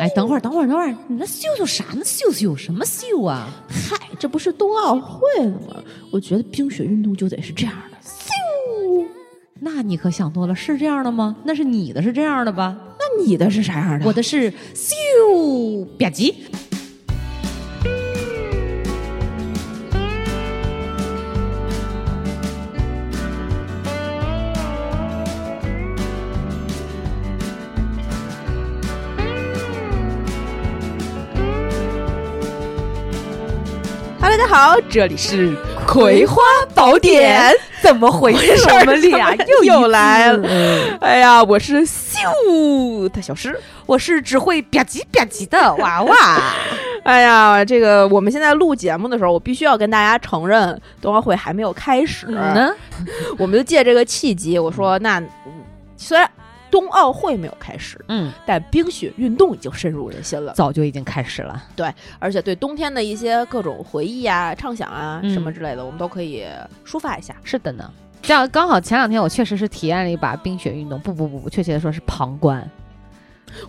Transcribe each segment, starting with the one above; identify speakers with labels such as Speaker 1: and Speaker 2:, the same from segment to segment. Speaker 1: 哎，等会儿，等会儿，等会儿，你那秀秀啥呢？秀秀什么秀啊？
Speaker 2: 嗨，这不是冬奥会了吗？我觉得冰雪运动就得是这样的，咻！
Speaker 1: 那你可想多了，是这样的吗？那是你的是这样的吧？
Speaker 2: 那你的是啥样的？
Speaker 1: 我的是咻吧唧。
Speaker 2: 哈喽，大家好，这里是《葵花宝典》，
Speaker 1: 怎么回事？
Speaker 2: 我们俩又
Speaker 1: 又
Speaker 2: 来了。哎呀，我是咻的小诗。
Speaker 1: 我是只会吧唧吧唧的娃娃。
Speaker 2: 哎呀，这个我们现在录节目的时候，我必须要跟大家承认，冬奥会还没有开始。
Speaker 1: 你嗯呢？
Speaker 2: 我们就借这个契机，我说那嗯虽然冬奥会没有开始，
Speaker 1: 嗯，
Speaker 2: 但冰雪运动已经深入人心了，
Speaker 1: 早就已经开始了。
Speaker 2: 而且对冬天的一些各种回忆啊、畅想啊
Speaker 1: 嗯
Speaker 2: 什么之类的，我们都可以抒发一下。
Speaker 1: 是的呢。这样刚好前两天我确实是体验了一把冰雪运动，不不不不，确切的说是旁观，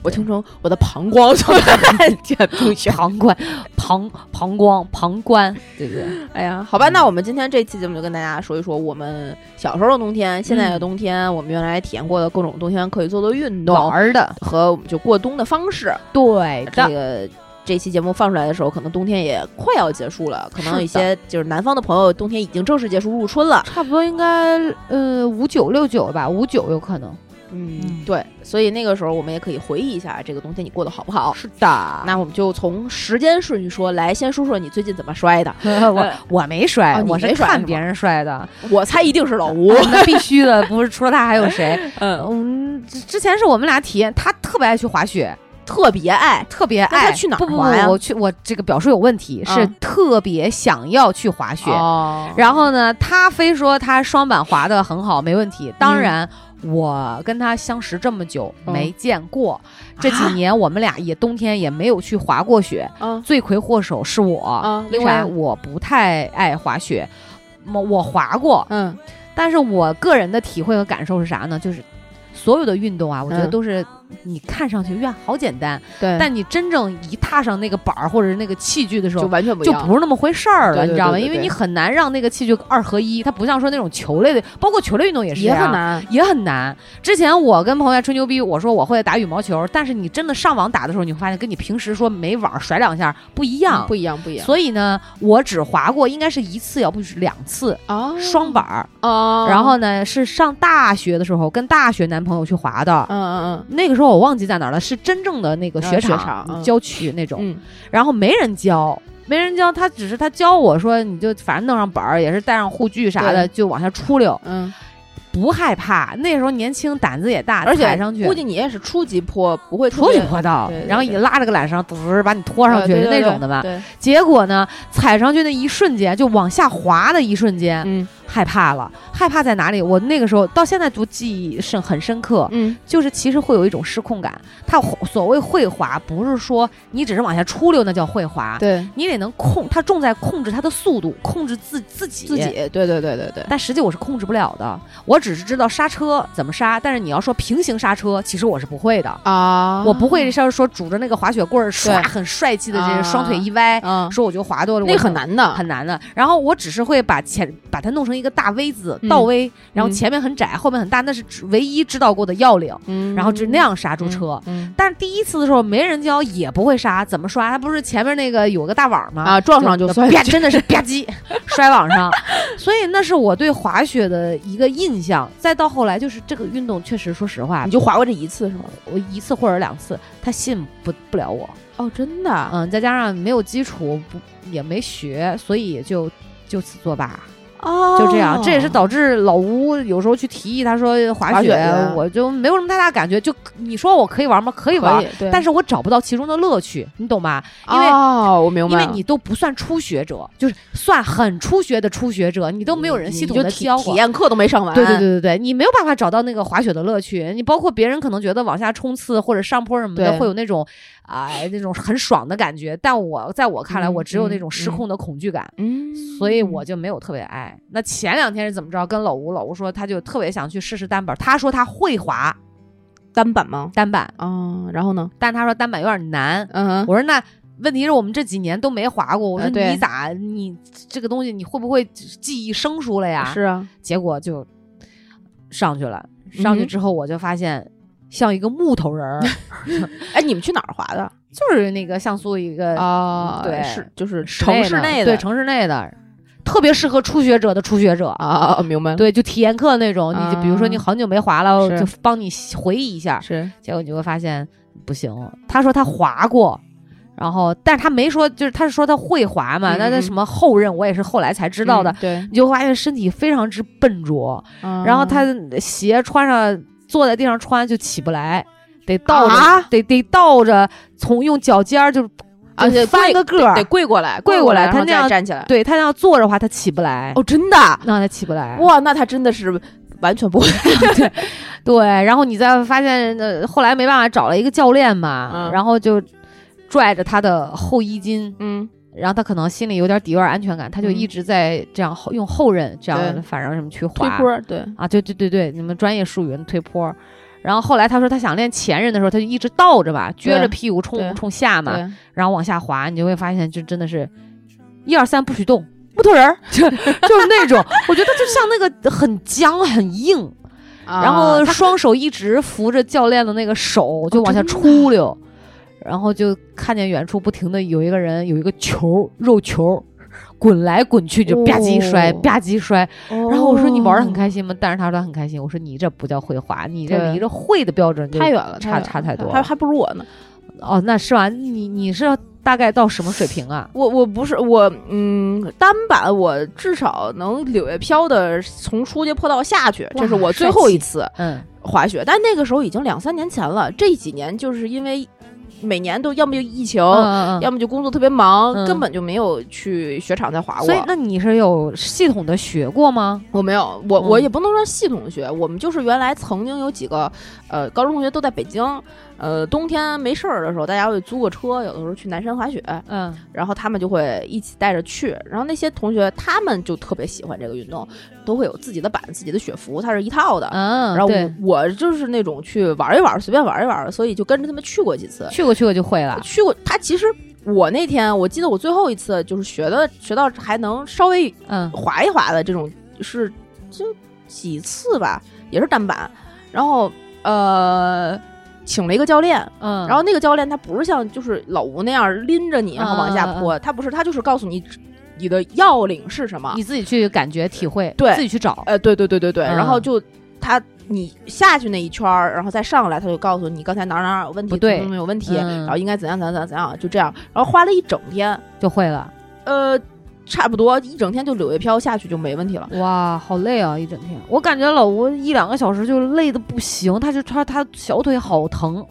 Speaker 2: 我听成我的膀胱就看见冰雪。
Speaker 1: 旁观，旁膀胱，旁观，对不对？
Speaker 2: 哎呀，好吧，那我们今天这期节目就跟大家说一说我们小时候的冬天、现在的冬天，我们原来体验过的各种冬天可以做的运动
Speaker 1: 玩的，
Speaker 2: 和我们就过冬的方式。
Speaker 1: 对
Speaker 2: 这
Speaker 1: 的，
Speaker 2: 个这期节目放出来的时候，可能冬天也快要结束了，可
Speaker 1: 是
Speaker 2: 能
Speaker 1: 的
Speaker 2: 一些就是南方的朋友冬天已经正式结束入春了。
Speaker 1: 差不多应该呃五九六九吧，五九有可能。
Speaker 2: 嗯
Speaker 1: 嗯，
Speaker 2: 对，所以那个时候我们也可以回忆一下这个冬天你过得好不好。
Speaker 1: 是的
Speaker 2: 那我们就从时间顺序说，来，先说说你最近怎么摔的。
Speaker 1: 呃我我没摔，
Speaker 2: 哦你
Speaker 1: 我是
Speaker 2: 没摔
Speaker 1: 看
Speaker 2: 是
Speaker 1: 别
Speaker 2: 吗
Speaker 1: 人摔的。
Speaker 2: 我猜一定是老吴
Speaker 1: 我， 那必须的，不是除了他还有谁？
Speaker 2: 嗯，
Speaker 1: 嗯，之之前是我们俩体验，他特别爱去滑雪，
Speaker 2: 特别爱。
Speaker 1: 特别
Speaker 2: 那他
Speaker 1: 爱
Speaker 2: 去哪儿
Speaker 1: 不不不，
Speaker 2: 滑呀
Speaker 1: 我去我这个表述有问题，是
Speaker 2: 嗯
Speaker 1: 特别想要去滑雪。
Speaker 2: 哦
Speaker 1: 然后呢，他非说他双板滑的很好，没问题。当然，我跟他相识这么久
Speaker 2: 嗯啊
Speaker 1: 没见过，这几年我们俩也冬天也没有去滑过雪。
Speaker 2: 嗯，
Speaker 1: 罪魁祸首是我，
Speaker 2: 啊为
Speaker 1: 因
Speaker 2: 啥
Speaker 1: 为我不太爱滑雪。我我滑过，
Speaker 2: 嗯，
Speaker 1: 但是我个人的体会和感受是啥呢？就是所有的运动啊，我觉得
Speaker 2: 嗯
Speaker 1: 都是你看上去越好简单，
Speaker 2: 对但
Speaker 1: 但你真正一踏上那个板儿或者是那个器具的时
Speaker 2: 就
Speaker 1: 候。
Speaker 2: 完全不一
Speaker 1: 就
Speaker 2: 样。
Speaker 1: 不是那么回事儿了，
Speaker 2: 对对
Speaker 1: 你知道吗？
Speaker 2: 对对
Speaker 1: 因为
Speaker 2: 对
Speaker 1: 你很难让那个器具二合一，它不像说那种球类的，包括球类运动也是这
Speaker 2: 也啊
Speaker 1: 样啊
Speaker 2: 很难。
Speaker 1: 也很难。之前我跟朋友吹牛逼，我说我会打羽毛球，但是你真的上网打的时候，你会发现跟你平时说没网甩两下不一样。
Speaker 2: 嗯不一样，不一样。
Speaker 1: 所以呢，我只滑过应该是一次，要不是两次
Speaker 2: 哦
Speaker 1: 双板儿。
Speaker 2: 哦
Speaker 1: 然后呢，是上大学的时候跟大学男朋友去滑的。
Speaker 2: 嗯嗯
Speaker 1: 那个时候我忘记在哪儿了，是真正的那个
Speaker 2: 啊
Speaker 1: 雪
Speaker 2: 雪
Speaker 1: 场、
Speaker 2: 场嗯
Speaker 1: 郊区那种，
Speaker 2: 嗯
Speaker 1: 然后没人教，没人教，他只是他教我说，你就反正弄上板儿，也是带上护具啥的，就往下出溜，
Speaker 2: 嗯嗯，
Speaker 1: 不害怕。那时候年轻，胆子也大，
Speaker 2: 而且
Speaker 1: 踩上去
Speaker 2: 估计你也是初级坡，不会
Speaker 1: 出
Speaker 2: 去
Speaker 1: 去坡道
Speaker 2: 对对，对
Speaker 1: 然后也拉着个缆绳，嘟儿把你拖上去，就那种的吧。
Speaker 2: 呃对，
Speaker 1: 结果呢，踩上去那一瞬间，就往下滑的一瞬间，
Speaker 2: 嗯
Speaker 1: 害怕了。害怕在哪里？我那个时候到现在都记忆深很深刻，
Speaker 2: 嗯
Speaker 1: 就是其实会有一种失控感。它所谓会滑，不是说你只是往下出溜那叫会滑，
Speaker 2: 对，
Speaker 1: 你得能控，它重在控制它的速度，控制自自己。
Speaker 2: 自己，对对对对对，
Speaker 1: 但实际我是控制不了的，我只是知道刹车怎么刹，但是你要说平行刹车，其实我是不会的，
Speaker 2: 啊
Speaker 1: 我不会像是说拄着那个滑雪棍儿唰
Speaker 2: 对
Speaker 1: 很帅气的这
Speaker 2: 啊
Speaker 1: 个双腿一歪，
Speaker 2: 啊，
Speaker 1: 说我就滑多了，
Speaker 2: 那
Speaker 1: 我
Speaker 2: 个很难的，
Speaker 1: 很难的。然后我只是会把前把它弄成一个大 V 字
Speaker 2: 嗯
Speaker 1: 倒 V，、然后
Speaker 2: 嗯
Speaker 1: 前面很窄，后面很大，那是只唯一知道过的要领。
Speaker 2: 嗯
Speaker 1: 然后就那样刹住车。，
Speaker 2: 嗯
Speaker 1: 但是第一次的时候没人教，也不会刹，怎么刷？它不是前面那个有个大网吗？
Speaker 2: 啊，撞上就摔
Speaker 1: 啪，真的是吧唧 摔网 上。所以那是我对滑雪的一个印象。再到后来，就是这个运动确实，说实话
Speaker 2: 你，就划过这一次是 吗？
Speaker 1: 我一次或者两次，它吸引不不了我。
Speaker 2: 哦，真的
Speaker 1: 嗯，再加上没有基础，不也没学，所以就就此作罢，
Speaker 2: 哦
Speaker 1: 就这样。这也是导致老吴有时候去提议，他说哦滑
Speaker 2: 滑
Speaker 1: 雪，
Speaker 2: 雪呀
Speaker 1: 我就没有什么太大感觉。就你说我可以玩吗？可以玩，，
Speaker 2: 对
Speaker 1: 但是我找不到其中的乐趣，你懂吗？因为
Speaker 2: 哦，我明
Speaker 1: 因
Speaker 2: 白了，
Speaker 1: 为你都不算初学者，就是算很初学的初学者，你都没有人系统的
Speaker 2: 你就体
Speaker 1: 教
Speaker 2: 体
Speaker 1: 过。
Speaker 2: 验课都没上完，
Speaker 1: 对对对，对对，你没有办法找到那个滑雪的乐趣。你包括别人可能觉得往下冲刺或者上坡什么的，
Speaker 2: 对
Speaker 1: 会有那种哎、那种很爽的感觉，但我在我看来，
Speaker 2: 嗯
Speaker 1: 我只有那
Speaker 2: 嗯
Speaker 1: 种失
Speaker 2: 嗯
Speaker 1: 控的恐惧感。
Speaker 2: 嗯，
Speaker 1: 所以我就没有特别爱。那前两天是怎么着？跟老吴，老吴说他就特别想去试试单板儿，他说他会滑，
Speaker 2: 单板吗？
Speaker 1: 单板，
Speaker 2: 嗯哦，然后呢？
Speaker 1: 但他说单板有点难。
Speaker 2: 嗯哼，
Speaker 1: 我说那问题是我们这几年都没滑过，我说
Speaker 2: 呃对
Speaker 1: 你咋你这个东西你会不会记忆生疏了呀？
Speaker 2: 是嗯啊，
Speaker 1: 结果就上去了，上去之后我就发现像一个木头 人儿，
Speaker 2: 哎，你们去哪儿滑的？
Speaker 1: 就是那个像素一个
Speaker 2: 啊
Speaker 1: 呃对
Speaker 2: 是就是
Speaker 1: 室
Speaker 2: 城市
Speaker 1: 的
Speaker 2: 内
Speaker 1: 对城市内的，特别适合初学者的初学者。
Speaker 2: 啊，明白了，
Speaker 1: 对，就体验课那种，你就比如说你
Speaker 2: 啊
Speaker 1: 很久没滑了，
Speaker 2: 是
Speaker 1: 就帮你回忆一下，
Speaker 2: 是
Speaker 1: 结果你就会发现不行。他说他滑过，然后但是他没说，就是他是说他会滑嘛，
Speaker 2: 嗯
Speaker 1: 那那
Speaker 2: 嗯
Speaker 1: 什么后刃我也是后来才知道的。
Speaker 2: 嗯对，
Speaker 1: 你就会发现身体非常之笨拙，然后他
Speaker 2: 啊
Speaker 1: 的鞋穿上坐在地上穿就起不来，得倒着，
Speaker 2: 啊
Speaker 1: 得得倒着从用脚尖儿就是
Speaker 2: 而且
Speaker 1: 翻个个儿
Speaker 2: 啊得跪过来，
Speaker 1: 跪过来
Speaker 2: 然
Speaker 1: 他
Speaker 2: 后
Speaker 1: 那
Speaker 2: 再
Speaker 1: 样
Speaker 2: 站起来。
Speaker 1: 对他那样坐着的话他起不来，
Speaker 2: 哦，真的
Speaker 1: 那他起不来。
Speaker 2: 哇，那他真的是完全不会。
Speaker 1: 对，然后你再发现，呃，后来没办法找了一个教练嘛，
Speaker 2: 嗯
Speaker 1: 然后就拽着他的后衣襟，
Speaker 2: 嗯，
Speaker 1: 然后他可能心里有点底有点安全感，他就一
Speaker 2: 嗯
Speaker 1: 直在这样后用后刃这样
Speaker 2: 对
Speaker 1: 反正什么去
Speaker 2: 推
Speaker 1: 滑
Speaker 2: 坡儿对，
Speaker 1: 啊，对对对对，你们专业术语推坡。然后后来他说他想练前刃的时候，他就一直倒着吧，撅着
Speaker 2: 对
Speaker 1: 屁股冲
Speaker 2: 对
Speaker 1: 冲下嘛，
Speaker 2: 对
Speaker 1: 然后往下滑，你就会发现就真的是，一二三不许动，
Speaker 2: 木头人儿，
Speaker 1: 就是那种，我觉得就像那个很僵很硬，然
Speaker 2: 然
Speaker 1: 后
Speaker 2: 后
Speaker 1: 双手一直扶着教练的那个手就往下
Speaker 2: 哦真的
Speaker 1: 出溜，然后就看见远处不停的有一个人有一个球肉球滚来滚去，就吧唧摔
Speaker 2: 哦
Speaker 1: 吧唧摔。
Speaker 2: 然
Speaker 1: 然后我说你玩的很
Speaker 2: 心，
Speaker 1: 开心吗？但是他说他很开心。我说你这不叫会滑，你这
Speaker 2: 对
Speaker 1: 离着会的标准就
Speaker 2: 太远了，
Speaker 1: 差
Speaker 2: 远了
Speaker 1: 差太多
Speaker 2: 还还不如我呢。
Speaker 1: 哦，那是吧？你你是大概到什么水平啊？
Speaker 2: 我我不是我，嗯，单板我至少能柳叶飘的从初级坡道下去，
Speaker 1: 哇
Speaker 2: 这是我最后一次
Speaker 1: 嗯，
Speaker 2: 滑雪，但那个时候已经两三年前了。这几年就是因为每年都要么就疫情，
Speaker 1: 嗯嗯
Speaker 2: 哦要么就工作特别忙，
Speaker 1: 嗯
Speaker 2: 根本就没有去雪场再滑
Speaker 1: 嗯。
Speaker 2: 过。
Speaker 1: 所以那你是有系统的学过吗？
Speaker 2: 我没有，我
Speaker 1: 嗯
Speaker 2: 我也不能说系统学，我们就是原来曾经有几个，呃，高中同学都在北京，呃，冬天没事儿的时候，大家会租个车，有的时候去南山滑雪，
Speaker 1: 嗯，
Speaker 2: 然后他们就会一起带着去，然后那些同学他们就特别喜欢这个运动，都会有自己的板、自己的雪服，它是一套的。
Speaker 1: 嗯，
Speaker 2: 然后
Speaker 1: 对
Speaker 2: 我我就是那种去玩一玩，随便玩一玩，所以就跟着他们去过几次。
Speaker 1: 去过去过就会了。
Speaker 2: 去过，他其实我那天我记得我最后一次就是学的学到还能稍微
Speaker 1: 嗯，
Speaker 2: 滑一滑的这种是就几次吧，也是单板，然后呃请了一个教练，
Speaker 1: 嗯，
Speaker 2: 然后那个教练他不是像就是老吴那样拎着你然后往下
Speaker 1: 嗯嗯嗯
Speaker 2: 坡，他不是，他就是告诉你你的要领是什么，
Speaker 1: 你自己去感觉体会，
Speaker 2: 啊对
Speaker 1: 自己去找。
Speaker 2: 呃对对对对对，
Speaker 1: 嗯
Speaker 2: 然后就他。你下去那一圈儿，然后再上来，他就告诉你刚才哪儿哪儿哪儿有问题，
Speaker 1: 不对
Speaker 2: 怎么怎么有问题，
Speaker 1: 嗯
Speaker 2: 然后应该怎样怎样怎样怎样，就这样，然后花了一整天，
Speaker 1: 就会了。
Speaker 2: 呃，差不多一整天就柳叶飘下去就没问题了。
Speaker 1: 哇，好累啊，一整天。我感觉老吴一两个小时就累的不行，他就他他小腿好疼，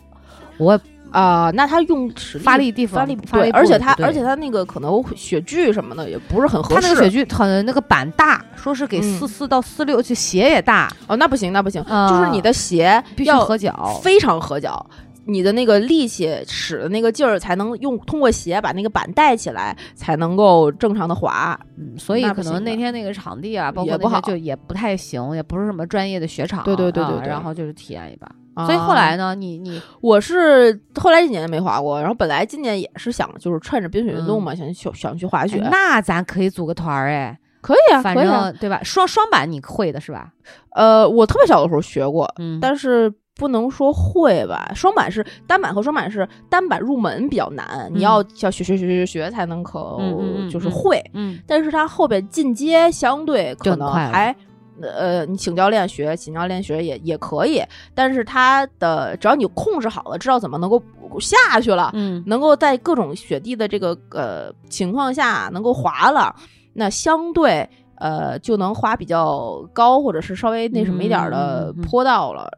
Speaker 1: 我
Speaker 2: 啊、那他用实力
Speaker 1: 发力地方
Speaker 2: 发力
Speaker 1: 发力
Speaker 2: 对，
Speaker 1: 不
Speaker 2: 而且他
Speaker 1: 对
Speaker 2: 而且他那个可能雪具什么的也不是很合
Speaker 1: 他
Speaker 2: 适。
Speaker 1: 那个雪具很那个板大，说是给
Speaker 2: 嗯
Speaker 1: 四四到四六，就鞋也大，
Speaker 2: 哦，那不行，那不行，
Speaker 1: 啊
Speaker 2: 就是你的鞋
Speaker 1: 必须
Speaker 2: 要
Speaker 1: 合脚。
Speaker 2: 非常合脚。你的那个力气使的那个劲儿，才能用通过鞋把那个板带起来，才能够正常的滑。
Speaker 1: 嗯所以
Speaker 2: 那不
Speaker 1: 可能
Speaker 2: 行
Speaker 1: 那
Speaker 2: 的
Speaker 1: 天那个场地啊，包
Speaker 2: 也
Speaker 1: 括
Speaker 2: 不
Speaker 1: 那些
Speaker 2: 好
Speaker 1: 就也不太行，也不是什么专业的雪场啊。
Speaker 2: 对对对对
Speaker 1: 啊
Speaker 2: 对
Speaker 1: 然后就是体验一把。所以
Speaker 2: 啊
Speaker 1: 后来呢，你你
Speaker 2: 我是后来这几年没滑过，然后本来今年也是想就是趁着冰雪运动嘛，想去想去滑雪。
Speaker 1: 嗯哎那咱可以组个团儿哎，
Speaker 2: 可以啊，
Speaker 1: 反
Speaker 2: 可以啊。
Speaker 1: 正对吧？双双板你会的是吧？
Speaker 2: 呃，我特别小的时候学过，
Speaker 1: 嗯，
Speaker 2: 但是不能说会吧。双板是单板和双板是单板入门比较难，
Speaker 1: 嗯
Speaker 2: 你要要学学学学学才能可
Speaker 1: 嗯嗯嗯
Speaker 2: 就是
Speaker 1: 嗯
Speaker 2: 会。
Speaker 1: 嗯
Speaker 2: 但是它后边进阶相对可
Speaker 1: 就很
Speaker 2: 能
Speaker 1: 快了
Speaker 2: 还。呃，你请教练学，请教练学也也可以，但是它的只要你控制好了，知道怎么能够下去了，
Speaker 1: 嗯，
Speaker 2: 能够在各种雪地的这个呃情况下能够滑了，那相对呃就能滑比较高或者是稍微那什么一点儿的
Speaker 1: 嗯嗯嗯嗯
Speaker 2: 坡道了。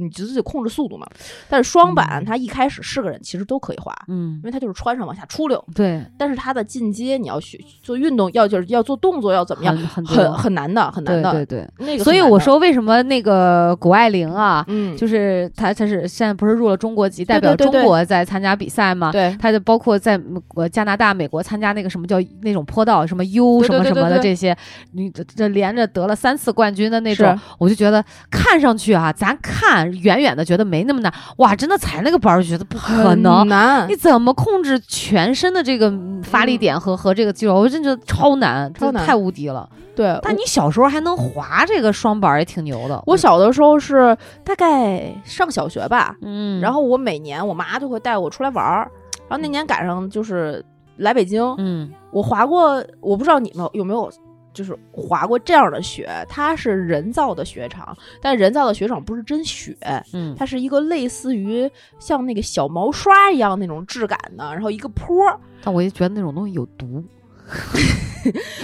Speaker 2: 你只是得控制速度嘛。但是双板
Speaker 1: 嗯
Speaker 2: 它一开始是个人其实都可以滑，
Speaker 1: 嗯
Speaker 2: 因，为它就是穿上往下出溜，
Speaker 1: 对，
Speaker 2: 但是它的进阶你要学做运动要就是要做动作要怎么样，
Speaker 1: 很很多
Speaker 2: 很很难的，很难
Speaker 1: 对
Speaker 2: 的。
Speaker 1: 对对。
Speaker 2: 那个
Speaker 1: 所以
Speaker 2: 很难
Speaker 1: 我
Speaker 2: 的，
Speaker 1: 说为什么那个谷爱凌啊，
Speaker 2: 嗯，
Speaker 1: 就是她她是现在不是入了中国籍，代
Speaker 2: 对
Speaker 1: 表
Speaker 2: 对对
Speaker 1: 中国在参加比赛吗？
Speaker 2: 对
Speaker 1: 她就包括在美国、加拿大、美国参加那个什么叫那种坡道，什么 U
Speaker 2: 对
Speaker 1: 什
Speaker 2: 对
Speaker 1: 么
Speaker 2: 对
Speaker 1: 什么
Speaker 2: 对
Speaker 1: 的
Speaker 2: 对
Speaker 1: 这些，你这这连着得了三次冠军的那
Speaker 2: 是
Speaker 1: 种，我就觉得看上去啊，咱看板远远的觉得没那么难，哇，真的踩那个板儿觉得不可能
Speaker 2: 很，难
Speaker 1: 你，怎么控制全身的这个嗯发力点和、和这个肌肉？我真觉得超难，
Speaker 2: 超
Speaker 1: 真的
Speaker 2: 难
Speaker 1: 太无敌了。
Speaker 2: 对，
Speaker 1: 但你小时候还能滑这个双板儿，也挺牛的。
Speaker 2: 我小的时候是大概上小学吧，
Speaker 1: 嗯，
Speaker 2: 然后我每年我妈就会带我出来玩儿，然后那年赶上就是来北京，
Speaker 1: 嗯，
Speaker 2: 我滑过，我不知道你们有没有就是滑过这样的雪，它是人造的雪场，但人造的雪场不是真雪，
Speaker 1: 嗯
Speaker 2: 它是一个类似于像那个小毛刷一样那种质感的，然后一个坡儿，
Speaker 1: 但我就觉得那种东西有毒。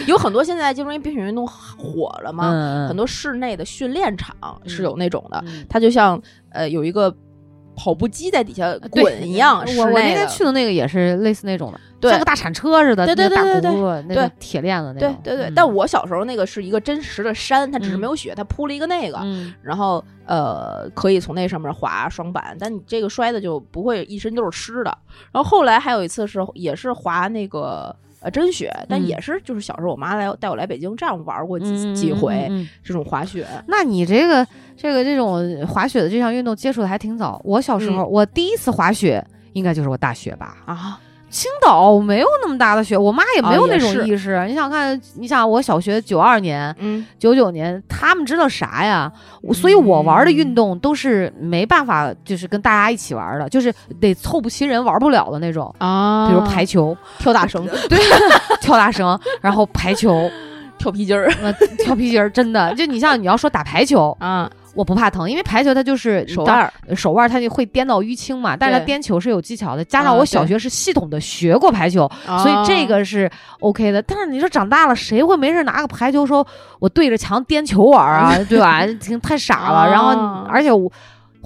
Speaker 2: 有很多现在就因为冰雪运动火了嘛，
Speaker 1: 嗯，
Speaker 2: 很多
Speaker 1: 多
Speaker 2: 啊室内的训练场是有那种的，
Speaker 1: 嗯、
Speaker 2: 它就像呃有一个跑步机在底下
Speaker 1: 呃对
Speaker 2: 滚一样，室
Speaker 1: 我我那
Speaker 2: 内
Speaker 1: 天
Speaker 2: 的
Speaker 1: 去的那个也是类似那种的，
Speaker 2: 对
Speaker 1: 像个大铲车似的，
Speaker 2: 对对
Speaker 1: 那个
Speaker 2: 对对对
Speaker 1: 大轱辘那
Speaker 2: 对
Speaker 1: 个铁链子那
Speaker 2: 对
Speaker 1: 种。
Speaker 2: 对对，
Speaker 1: 嗯
Speaker 2: 但我小时候那个是一个真实的山，它只是
Speaker 1: 嗯
Speaker 2: 没有雪，它铺了一个那个，
Speaker 1: 嗯
Speaker 2: 然后呃可以从那上面滑双板，但你这个摔的就不会一身都是湿的。然后后来还有一次是也是滑那个呃真雪，但
Speaker 1: 嗯
Speaker 2: 也是就是小时候我妈来带我来北京这样玩过几、
Speaker 1: 嗯
Speaker 2: 几回、
Speaker 1: 嗯嗯嗯
Speaker 2: 这种滑雪，
Speaker 1: 那你这个这个这种滑雪的这项运动接触的还挺早。我小时
Speaker 2: 嗯
Speaker 1: 候，我第一次滑雪应该就是我大学吧。
Speaker 2: 啊，
Speaker 1: 青岛没有那么大的雪，我妈也没有
Speaker 2: 啊也
Speaker 1: 那种
Speaker 2: 是
Speaker 1: 意识。你想看，你想我小学九二年、
Speaker 2: 嗯，
Speaker 1: 九九年，他们知道啥呀？我所以，我玩的
Speaker 2: 嗯
Speaker 1: 运动都是没办法，就是跟大家一起玩的，就是得凑不齐人玩不了的那种。
Speaker 2: 啊
Speaker 1: 比如排球、
Speaker 2: 跳大 绳、
Speaker 1: 跳大绳，然后排球、
Speaker 2: 跳皮 筋儿
Speaker 1: 呃、跳皮筋儿，真的就你像你要说打排球，
Speaker 2: 啊，
Speaker 1: 我不怕疼，因为排球它就是
Speaker 2: 手
Speaker 1: 你呃当
Speaker 2: 腕儿
Speaker 1: 手腕儿它就会颠倒淤青嘛，但是它
Speaker 2: 对
Speaker 1: 颠球是有技巧的，加
Speaker 2: 啊
Speaker 1: 上我
Speaker 2: 对啊
Speaker 1: 小学是系统的学过排球，所以这个是 OK 的。但是你说长大了，谁会没事拿个排球说我对着墙颠球玩儿 啊，对吧？挺太傻了。然后
Speaker 2: 啊
Speaker 1: 而且我。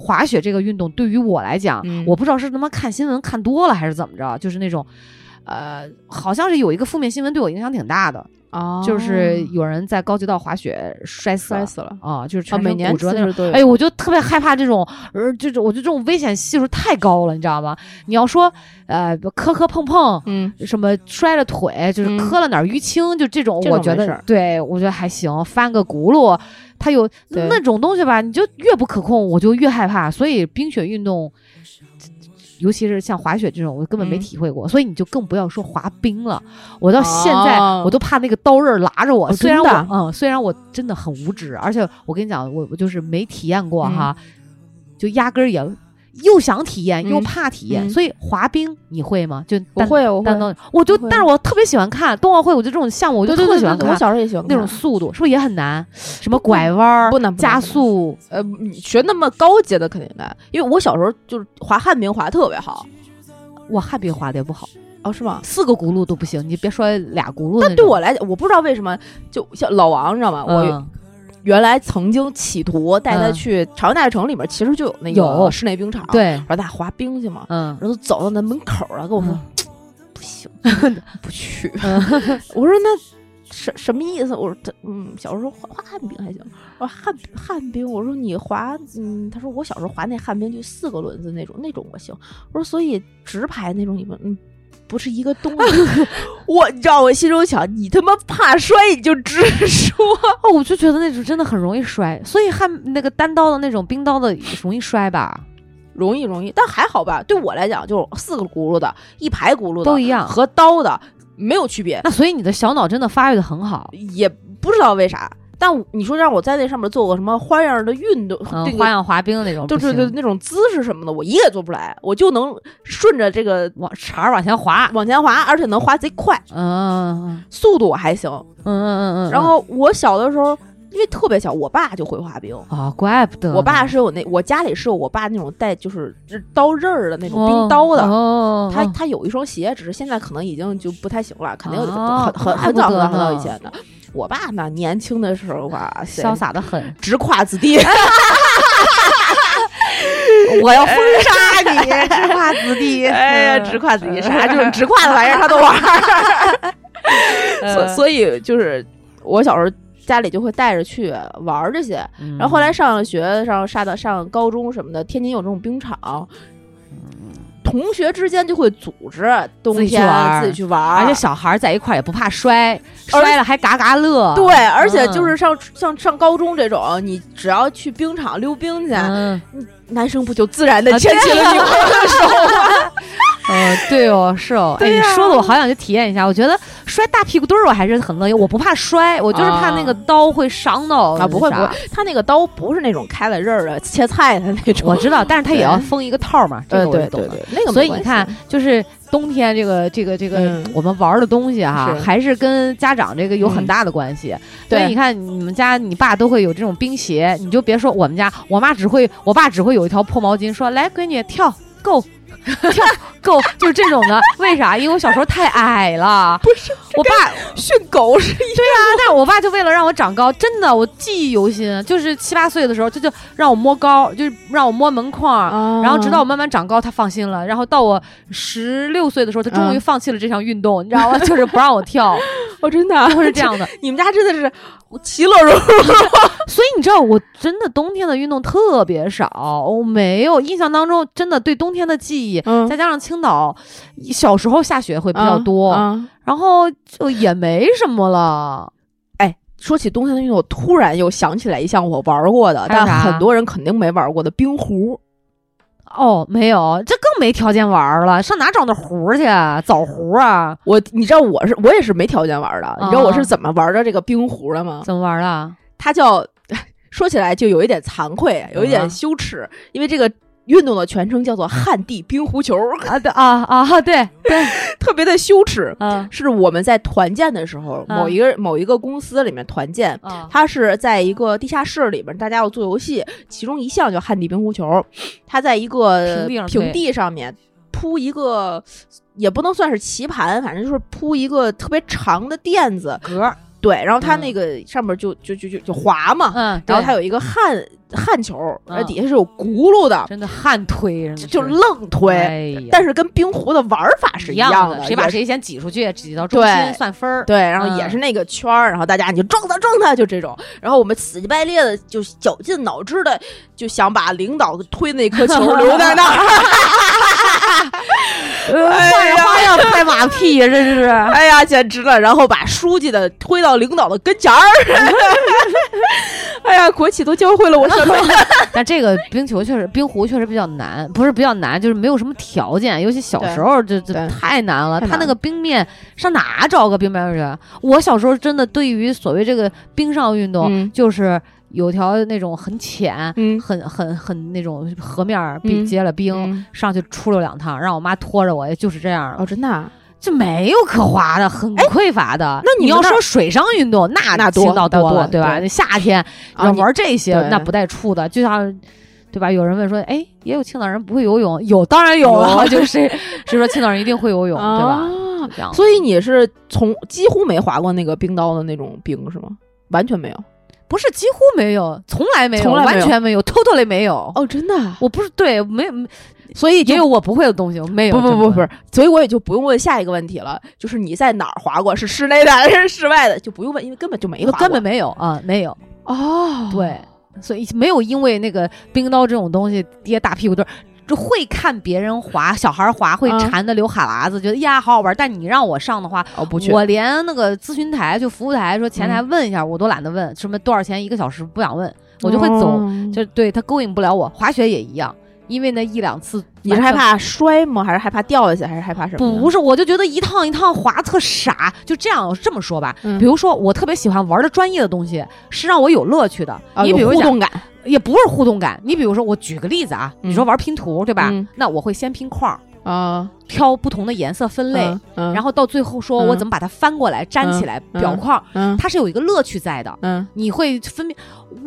Speaker 1: 滑雪这个运动对于我来讲，
Speaker 2: 嗯
Speaker 1: 我不知道是他妈看新闻看多了还是怎么着，就是那种，呃，好像是有一个负面新闻对我影响挺大的，
Speaker 2: 啊
Speaker 1: 就是有人在高级道滑雪摔死了
Speaker 2: 摔死了。
Speaker 1: 啊，就是
Speaker 2: 啊，
Speaker 1: 全
Speaker 2: 每
Speaker 1: 身
Speaker 2: 年
Speaker 1: 骨折那种。
Speaker 2: 都有。
Speaker 1: 哎，我就特别害怕这种，呃，这种我觉得这种危险系数太高了，你知道吗？你要说，呃，磕磕碰碰，
Speaker 2: 嗯，
Speaker 1: 什么摔了腿，就是
Speaker 2: 嗯
Speaker 1: 磕了哪儿淤青，就这种，
Speaker 2: 这
Speaker 1: 我
Speaker 2: 种
Speaker 1: 觉
Speaker 2: 没事
Speaker 1: 得
Speaker 2: 儿，
Speaker 1: 对我觉得还行，翻个轱辘，它有
Speaker 2: 对
Speaker 1: 那种东西吧，你就越不可控，我就越害怕。所以冰雪运动，尤其是像滑雪这种，我根本没
Speaker 2: 嗯
Speaker 1: 体会过，所以你就更不要说滑冰了。我到现在、
Speaker 2: 哦
Speaker 1: 我都怕那个刀刃儿拉着我，
Speaker 2: 哦
Speaker 1: 虽然
Speaker 2: 真的
Speaker 1: 我嗯，虽然我真的很无知，而且我跟你讲，我我就是没体验
Speaker 2: 嗯
Speaker 1: 过哈，就压根儿也。又想体验，又
Speaker 2: 嗯
Speaker 1: 怕体验，
Speaker 2: 嗯
Speaker 1: 所以滑冰你会吗？就
Speaker 2: 我
Speaker 1: 单
Speaker 2: 会，我会
Speaker 1: 单，刀，我就
Speaker 2: 我，会
Speaker 1: 但是我特别喜欢看冬奥会，我就这种项目，我就
Speaker 2: 对对
Speaker 1: 特
Speaker 2: 对
Speaker 1: 喜
Speaker 2: 对
Speaker 1: 欢
Speaker 2: 对
Speaker 1: 看
Speaker 2: 我小时候也喜欢
Speaker 1: 那种
Speaker 2: 看
Speaker 1: 速度，是不是也很难？什么拐弯儿、
Speaker 2: 不难不难不难
Speaker 1: 加速，
Speaker 2: 呃，你学那么高阶的肯定难，因为我小时候就是滑旱冰滑特别好。
Speaker 1: 我旱冰滑的也不好，
Speaker 2: 哦，是吗？
Speaker 1: 四个轱辘都不行，你别说俩轱辘那
Speaker 2: 但对
Speaker 1: 种。
Speaker 2: 我来讲，我不知道为什么，就像老王，你知道吗？我
Speaker 1: 嗯，
Speaker 2: 原来曾经企图带他
Speaker 1: 嗯
Speaker 2: 去朝阳大悦城里面，其实就有那
Speaker 1: 有
Speaker 2: 个室内冰场。，
Speaker 1: 对，
Speaker 2: 我说咱俩滑冰去嘛，
Speaker 1: 嗯，
Speaker 2: 然后走到那门口了，跟我说
Speaker 1: 嗯
Speaker 2: 不行，不去。我说那什什么意思？我说他嗯，小时候滑滑旱冰还行。我说旱旱冰，我说你滑嗯，他说我小时候滑那旱冰就四个轮子那种，那种我行。我说所以直排那种你们嗯。不是一个东西， 我你知道，我心中想，你他妈怕摔你就直说，
Speaker 1: 哦，我就觉得那种真的很容易摔，所以旱那个单刀的那种冰刀的容易摔吧，
Speaker 2: 容易容易，但还好吧。对我来讲，就是四个轱辘的，一排轱辘的，
Speaker 1: 都一样。
Speaker 2: 和刀的没有区别，
Speaker 1: 那所以你的小脑真的发育的很好，
Speaker 2: 也不知道为啥。但你说让我在那上面做个什么花样的运动，
Speaker 1: 嗯
Speaker 2: 这，个
Speaker 1: 花样滑冰那种不
Speaker 2: 就
Speaker 1: 行，
Speaker 2: 是就那种姿势什么的，我一个也做不来，我就能顺着这个
Speaker 1: 往茬儿往前滑，
Speaker 2: 往前滑，而且能滑贼快，
Speaker 1: 嗯嗯
Speaker 2: 速度我还行。
Speaker 1: 嗯嗯嗯，
Speaker 2: 然后我小的时候，因为特别小，我爸就会滑冰。
Speaker 1: 啊，怪不得
Speaker 2: 我爸
Speaker 1: 呢
Speaker 2: 是有那，我家里是有我爸那种带就是刀刃儿的那种
Speaker 1: 哦
Speaker 2: 冰刀的，
Speaker 1: 哦，
Speaker 2: 他
Speaker 1: 哦
Speaker 2: 他有一双鞋，只是现在可能已经就不太行了，肯定有
Speaker 1: 哦
Speaker 2: 很很
Speaker 1: 怪
Speaker 2: 很
Speaker 1: 不
Speaker 2: 早很
Speaker 1: 得
Speaker 2: 早很早以
Speaker 1: 呢
Speaker 2: 前的。我爸呢，年轻的时候哇塞，
Speaker 1: 潇洒
Speaker 2: ，
Speaker 1: 的很
Speaker 2: 直跨子弟，
Speaker 1: 我 要封杀你，知跨子弟
Speaker 2: 哎呀，直跨子弟 啥就是直跨的玩意儿他都玩儿，
Speaker 1: 呃
Speaker 2: 所
Speaker 1: 嗯
Speaker 2: 所以就是我小时候家里就会带着去玩儿这些，
Speaker 1: 以
Speaker 2: 然后后来上了学，上上到上高中什么的，天津有这种冰场。同学之间就会组织冬
Speaker 1: 嗯自己去
Speaker 2: 天
Speaker 1: 玩儿
Speaker 2: 自己去玩儿，
Speaker 1: 而且小孩在一块儿也不怕摔，
Speaker 2: 而
Speaker 1: 摔了还嘎嘎乐。
Speaker 2: 对，而且
Speaker 1: 嗯
Speaker 2: 就是上、像上高中这种，你只要去冰场溜冰去，
Speaker 1: 嗯，
Speaker 2: 男生不就自然的
Speaker 1: 啊
Speaker 2: 牵起
Speaker 1: 对
Speaker 2: 了
Speaker 1: 呀
Speaker 2: 女朋友的手吗？
Speaker 1: 呃，对哦，是哦，哎，
Speaker 2: 对啊
Speaker 1: 你
Speaker 2: 呀
Speaker 1: 说的我好想去体验一下。我觉得摔大屁股墩儿我还是很乐意，我不怕摔，我就是怕那个刀会伤到
Speaker 2: 啊，不会不
Speaker 1: 啥
Speaker 2: 会，他那个刀不是那种开了刃儿的切菜的那种
Speaker 1: 我，知道，但是它也
Speaker 2: 对
Speaker 1: 要封一个套儿嘛，这
Speaker 2: 呃，
Speaker 1: 个我
Speaker 2: 对
Speaker 1: 是懂
Speaker 2: 对
Speaker 1: 的。
Speaker 2: 对，那个
Speaker 1: 所
Speaker 2: 没
Speaker 1: 以你
Speaker 2: 关
Speaker 1: 看
Speaker 2: 系，
Speaker 1: 就是冬天这个这个这个
Speaker 2: 嗯
Speaker 1: 我们玩儿的东西哈，
Speaker 2: 是
Speaker 1: 还是跟家长这个有很
Speaker 2: 嗯
Speaker 1: 大的关系。所
Speaker 2: 对
Speaker 1: 以你看，你们家你爸都会有这种冰鞋，你就别说我们家，我妈只会，我爸只会有一条破毛巾，说来闺女跳够。 跳够就是这种的，为啥？因为我小时候太矮了，
Speaker 2: 不是
Speaker 1: 我爸
Speaker 2: 训狗是一
Speaker 1: 但是我爸就为了让我长高，真的我记忆犹新，就是七八岁的时候，他就让我摸高，就是让我摸门框儿。
Speaker 2: 样
Speaker 1: 然后直到我慢慢长高，他放心了。然后到我十六岁的时候，他终于
Speaker 2: 嗯
Speaker 1: 放弃了这项运动，你知道吗？ 就是不让我跳，
Speaker 2: 我真的啊
Speaker 1: 就是这，样的。
Speaker 2: 你们家真的是我其乐融融，
Speaker 1: 所以你知道，我真的冬天的运动特别少，我没有印象当中真的对冬天的记忆。
Speaker 2: 嗯
Speaker 1: 再加上青岛小时候下雪会比较多，
Speaker 2: 嗯
Speaker 1: 然后就也没什么了。
Speaker 2: 说起冬天的运动，我突然又想起来一项我玩过的，
Speaker 1: 还有
Speaker 2: 但
Speaker 1: 啥
Speaker 2: 很多人肯定没玩过的冰壶。
Speaker 1: 哦，没有，这更没条件玩儿了，上哪找那壶儿去？枣壶啊？
Speaker 2: 我你知道我是我也是没条件玩的，你知道我
Speaker 1: 啊
Speaker 2: 是怎么玩的这个冰壶的吗？
Speaker 1: 怎么玩儿的？
Speaker 2: 它叫 说起来就有一点惭愧，有一
Speaker 1: 怎么了
Speaker 2: 点羞耻，因为这个运动的全称叫做旱地冰壶球，
Speaker 1: 啊对啊啊对对，
Speaker 2: 特别的羞耻。
Speaker 1: 嗯
Speaker 2: 是我们在团建的时候，
Speaker 1: 啊
Speaker 2: 某一个某一个公司里面团建，
Speaker 1: 啊
Speaker 2: 它是在一个地下室里边，大家要做游戏，其中一项叫旱地冰壶球，它在一个
Speaker 1: 平地上推
Speaker 2: 平地上面铺一个，也不能算是棋盘，反正就是铺一个特别长的垫子，
Speaker 1: 格儿，
Speaker 2: 对，然后它那个上面就就就就就滑嘛，
Speaker 1: 嗯，
Speaker 2: 然后它
Speaker 1: 有
Speaker 2: 有一个旱旱球，
Speaker 1: 嗯
Speaker 2: 然后底下是有轱辘的，
Speaker 1: 真的汗推，真的
Speaker 2: 就就是愣推，
Speaker 1: 哎呀
Speaker 2: 但是跟冰壶的玩法是
Speaker 1: 一
Speaker 2: 一
Speaker 1: 样
Speaker 2: 的，
Speaker 1: 谁把
Speaker 2: 也是
Speaker 1: 谁先挤出去，挤到中
Speaker 2: 对
Speaker 1: 心算分儿。
Speaker 2: 对，然后也
Speaker 1: 嗯
Speaker 2: 是那个圈儿，然后大家你就撞他撞他就这种，然后我们死乞白咧的就绞尽脑汁的就想把领导推那颗球留在那 儿。
Speaker 1: 换
Speaker 2: 哎
Speaker 1: 着
Speaker 2: 呀
Speaker 1: 花样拍马屁呀，这是。
Speaker 2: 哎呀，简直了！然后把书记的推到领导的跟 前儿。哎呀，国企都教会了我什 么？
Speaker 1: 但这个冰球确实，冰壶确实比较难，不是比较难，就是没有什么条件，尤其小时候这这
Speaker 2: 对
Speaker 1: 太难了。
Speaker 2: 太
Speaker 1: 他
Speaker 2: 难
Speaker 1: 那
Speaker 2: 了
Speaker 1: 个冰面上哪找个冰面去？我小时候真的对于所谓这个冰上运动，
Speaker 2: 嗯
Speaker 1: 就是有条那种很浅、
Speaker 2: 嗯
Speaker 1: 很很很那种河面儿冰
Speaker 2: 嗯
Speaker 1: 结了冰。
Speaker 2: 嗯，
Speaker 1: 上去出溜两趟，让我妈拖着我，也就是这样了，
Speaker 2: 真的啊？
Speaker 1: 就没有可滑的，很匮乏的。
Speaker 2: 哎那
Speaker 1: 你
Speaker 2: 你
Speaker 1: 要
Speaker 2: 们那
Speaker 1: 说水上运动，那
Speaker 2: 那多
Speaker 1: 青岛
Speaker 2: 那
Speaker 1: 多了，
Speaker 2: 多
Speaker 1: 对吧？
Speaker 2: 对
Speaker 1: 那夏天要
Speaker 2: 啊，你
Speaker 1: 玩这些，
Speaker 2: 对
Speaker 1: 那不带怵的，就像。对吧？有人问说，哎，也有青岛人不会游泳，有当然有
Speaker 2: 有
Speaker 1: 了，就是谁说青岛人一定会游泳，对吧？
Speaker 2: 啊
Speaker 1: 这样，
Speaker 2: 所以你是从几乎没滑过那个冰刀的那种冰是吗？完全没有。
Speaker 1: 不是几乎没有，从来没有，
Speaker 2: 从来没
Speaker 1: 完
Speaker 2: 有
Speaker 1: 全没有，totally 没有。
Speaker 2: 哦，真的啊？
Speaker 1: 我不是对，没有，
Speaker 2: 所以就
Speaker 1: 也有我不会的东西，我没有。
Speaker 2: 不不
Speaker 1: 真
Speaker 2: 不不是，所以我也就不用问下一个问题了，就是你在哪儿滑过？是室内的 还是室外的？就不用问，因为根本就没
Speaker 1: 我
Speaker 2: 滑过，
Speaker 1: 根本没有啊，没有。
Speaker 2: 哦，
Speaker 1: 对，所以没有因为那个冰刀这种东西跌大屁股墩儿。就会看别人滑，小孩儿滑会
Speaker 2: 嗯
Speaker 1: 馋的流哈喇子，觉得哎呀好好玩儿。但你让我上的话，
Speaker 2: 哦不去，嗯
Speaker 1: 我连那个咨询台就服务台说前台问一下，我都懒得问，什么多少钱一个小时不想问，我就会走。
Speaker 2: 哦。
Speaker 1: 就对他勾引不了我。滑雪也一样，因为那一两次
Speaker 2: 你是害怕摔吗？还是害怕掉下去？还是害怕什么呀？
Speaker 1: 不是，我就觉得一趟一趟滑特傻。就这样，这么说吧，
Speaker 2: 嗯
Speaker 1: 比如说我特别喜欢玩的专业的东西，是让我有乐趣的。
Speaker 2: 啊，
Speaker 1: 你
Speaker 2: 有
Speaker 1: 比如
Speaker 2: 互
Speaker 1: 讲，
Speaker 2: 动感，
Speaker 1: 也不是互动感。你比如说，我举个例子啊，
Speaker 2: 嗯
Speaker 1: 你说玩拼图对吧？
Speaker 2: 嗯
Speaker 1: 那我会先拼框儿，
Speaker 2: 啊，
Speaker 1: 挑不同的颜色分类，
Speaker 2: 嗯，嗯
Speaker 1: 然后到最后说
Speaker 2: 嗯
Speaker 1: 我怎么把它翻过来粘起来
Speaker 2: 嗯
Speaker 1: 裱框儿，
Speaker 2: 嗯
Speaker 1: 它是有一个乐趣在的。
Speaker 2: 嗯
Speaker 1: 你会分辨，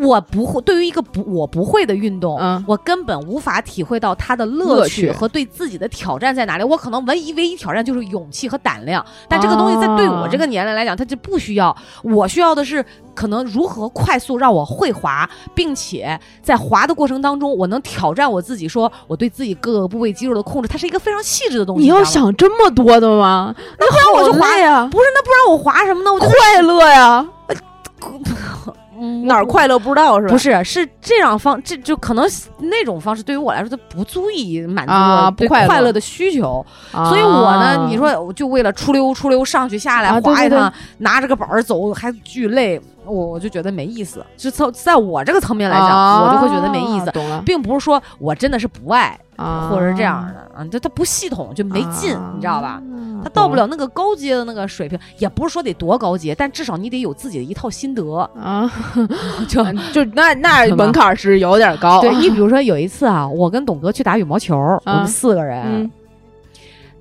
Speaker 1: 我不会对于一个不我不会的运动，
Speaker 2: 嗯
Speaker 1: 我根本无法体会到它的乐
Speaker 2: 乐
Speaker 1: 趣
Speaker 2: 趣
Speaker 1: 和对自己的挑战在哪里。我可能唯一唯一挑战就是勇气和胆量，但这个东西在对我这个年龄来讲，它就不需要。我需要的是可能如何快速让我会滑，并且在滑的过程当中，我能挑战我自己，说我对自己各个部位肌肉的控制，它是一个非常细致的东西。
Speaker 2: 你要
Speaker 1: 知道吗，
Speaker 2: 想这么多的吗？那不然
Speaker 1: 我就滑
Speaker 2: 呀，
Speaker 1: 不是那不让我滑什么呢？我就
Speaker 2: 快乐呀，
Speaker 1: 嗯
Speaker 2: 哪儿快乐不知道是吧？
Speaker 1: 不是，是这样方，这就可能那种方式对于我来说，它不足以满足
Speaker 2: 啊
Speaker 1: 我
Speaker 2: 不
Speaker 1: 对
Speaker 2: 快乐
Speaker 1: 快乐的需求。
Speaker 2: 啊，
Speaker 1: 所以我呢，你说我就为了出溜出溜上去下来
Speaker 2: 啊对
Speaker 1: 滑一
Speaker 2: 对
Speaker 1: 趟，拿着个板儿走还巨累，我我就觉得没意思。就从在我这个层面来讲，
Speaker 2: 啊
Speaker 1: 我就会觉得没意思。
Speaker 2: 懂了，
Speaker 1: 并不是说我真的是不爱，
Speaker 2: 啊
Speaker 1: 或者是这样的啊，就它不系统，就没劲，
Speaker 2: 啊
Speaker 1: 你知道吧？他到不了那个高阶的那个水平，也不是说得多高阶，但至少你得有自己的一套心得。
Speaker 2: 啊，
Speaker 1: 就
Speaker 2: 嗯就那那
Speaker 1: 是吧
Speaker 2: 门槛是有点高，
Speaker 1: 对你比如说有一次啊，我跟董哥去打羽毛球，我们四个人、
Speaker 2: 嗯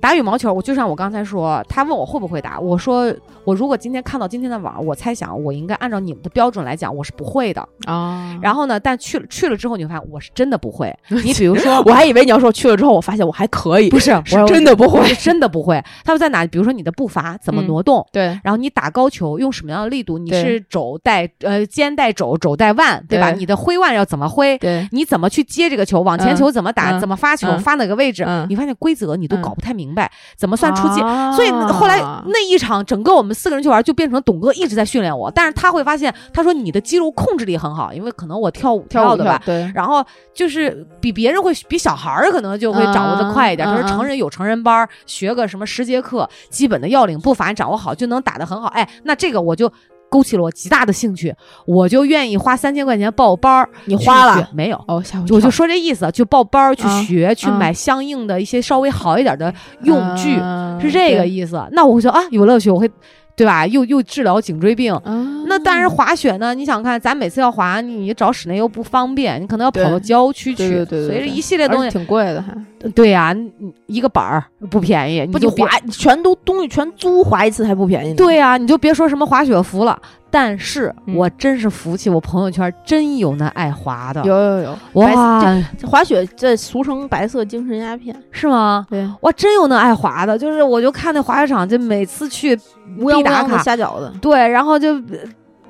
Speaker 1: 打羽毛球，我就像我刚才说，他问我会不会打，我说我如果今天看到今天的网，我猜想我应该按照你们的标准来讲，我是不会的。
Speaker 2: 啊，
Speaker 1: 然后呢，但去了去了之后，你会发现我是真的不会。你比如说
Speaker 2: 我还以为你要说去了之后，我发现我还可以，
Speaker 1: 不是，我
Speaker 2: 是真的不
Speaker 1: 我
Speaker 2: 会，
Speaker 1: 是真的不会。他说在哪？比如说你的步伐怎么
Speaker 2: 嗯
Speaker 1: 挪动，
Speaker 2: 对
Speaker 1: 然后你打高球用什么样的力度？你
Speaker 2: 对
Speaker 1: 是肘带呃肩带肘，肘带腕，对吧？
Speaker 2: 对
Speaker 1: 你的挥腕要怎么挥？
Speaker 2: 对，
Speaker 1: 你怎么去接这个球？往前
Speaker 2: 嗯
Speaker 1: 球怎么打？
Speaker 2: 嗯
Speaker 1: 怎么发球？
Speaker 2: 嗯
Speaker 1: 发哪个位置？
Speaker 2: 嗯
Speaker 1: 你发现规则你都
Speaker 2: 嗯
Speaker 1: 搞不太明白，怎么算出界？
Speaker 2: 啊
Speaker 1: 所以后来那一场，整个我们四个人去玩，就变成董哥一直在训练我，但是他会发现，他说你的肌肉控制力很好，因为可能我跳舞
Speaker 2: 跳舞
Speaker 1: 的吧，
Speaker 2: 跳，对，
Speaker 1: 然后就是比别人会比小孩儿可能就会掌握的快一点。
Speaker 2: 嗯
Speaker 1: 他
Speaker 2: 嗯
Speaker 1: 说成人有成人班儿，学个什么十节课，基本的要领步伐你掌握好就能打得很好。哎，那这个我就勾起了我极大的兴趣，我就愿意花三千块钱报班儿。
Speaker 2: 你花
Speaker 1: 去
Speaker 2: 了
Speaker 1: 学，没有？
Speaker 2: 哦，吓我一跳，
Speaker 1: 我就说这意思，就报班儿去
Speaker 2: 嗯
Speaker 1: 学，去
Speaker 2: 嗯
Speaker 1: 买相应的一些稍微好一点的用具，
Speaker 2: 嗯
Speaker 1: 是这个
Speaker 2: 对
Speaker 1: 意思。那我会觉得啊，有乐趣，我会，对吧？又又治疗颈椎病，
Speaker 2: 啊
Speaker 1: 那但是滑雪呢？你想看，咱每次要滑，你找室内又不方便，你可能要跑
Speaker 2: 对
Speaker 1: 到郊区去，
Speaker 2: 对对对对
Speaker 1: 所以
Speaker 2: 对
Speaker 1: 这一系列
Speaker 2: 而
Speaker 1: 东
Speaker 2: 且
Speaker 1: 西，
Speaker 2: 挺贵的，还
Speaker 1: 对呀、你你一个板儿不便宜，你
Speaker 2: 不
Speaker 1: 就
Speaker 2: 你
Speaker 1: 别
Speaker 2: 滑你全都东西全租滑一次还不便宜呢，
Speaker 1: 对呀、你就别说什么滑雪服了。但是、
Speaker 2: 嗯
Speaker 1: 我真是服气，我朋友圈真有那爱滑的，
Speaker 2: 有有有，白
Speaker 1: 哇，
Speaker 2: 这滑雪这俗称白色精神鸦片，
Speaker 1: 是吗？
Speaker 2: 对，
Speaker 1: 哇，真有那爱滑的，就是我就看那滑雪场，就每次去
Speaker 2: 乌泱
Speaker 1: 必
Speaker 2: 乌
Speaker 1: 打
Speaker 2: 泱的
Speaker 1: 卡，
Speaker 2: 瞎搅的。
Speaker 1: 对，然后就呃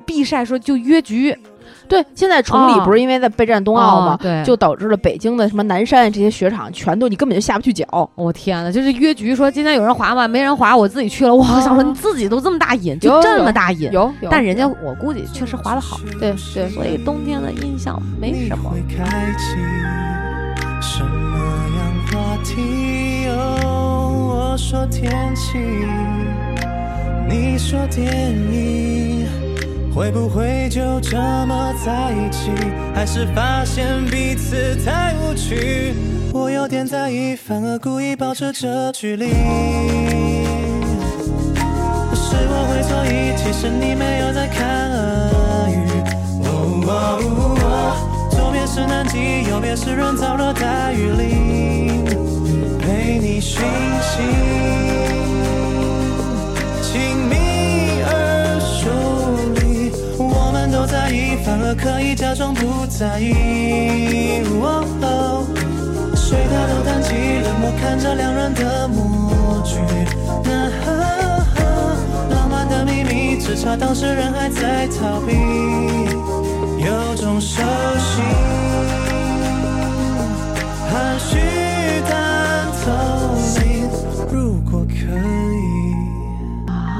Speaker 1: 必晒说就约局
Speaker 2: 对，现在崇礼
Speaker 1: 哦
Speaker 2: 不是因为在备战冬奥吗
Speaker 1: 哦？对，
Speaker 2: 就导致了北京的什么南山这些雪场全都你根本就下不去脚。
Speaker 1: 我天呐，就是约局说今天有人滑吗？没人滑，我自己去了。哇，
Speaker 2: 啊
Speaker 1: 我想说你自己都这么大瘾，就
Speaker 2: 有
Speaker 1: 这么大瘾。
Speaker 2: 有，有
Speaker 1: 但人家我估计确实滑得好，
Speaker 2: 对对，
Speaker 1: 所以冬天的印象没什么。
Speaker 3: 你会开启什么样话题？哦，我说天气，你说电影，会不会就这么在一起？还是发现彼此太无趣？我有点在意，反而故意保持着距离。是我会错意，其实你没有在看耳语。哦哦哦哦左边是南极，右边是人造热带雨林，陪你寻衅，亲密而疏离。我们都在意，反而可以假装不在意。哦哦谁抬头叹气，冷漠看着两人的啊默剧。那、浪漫的秘密，只差当事人还在逃避，有种熟悉，含蓄但透明。如果可以，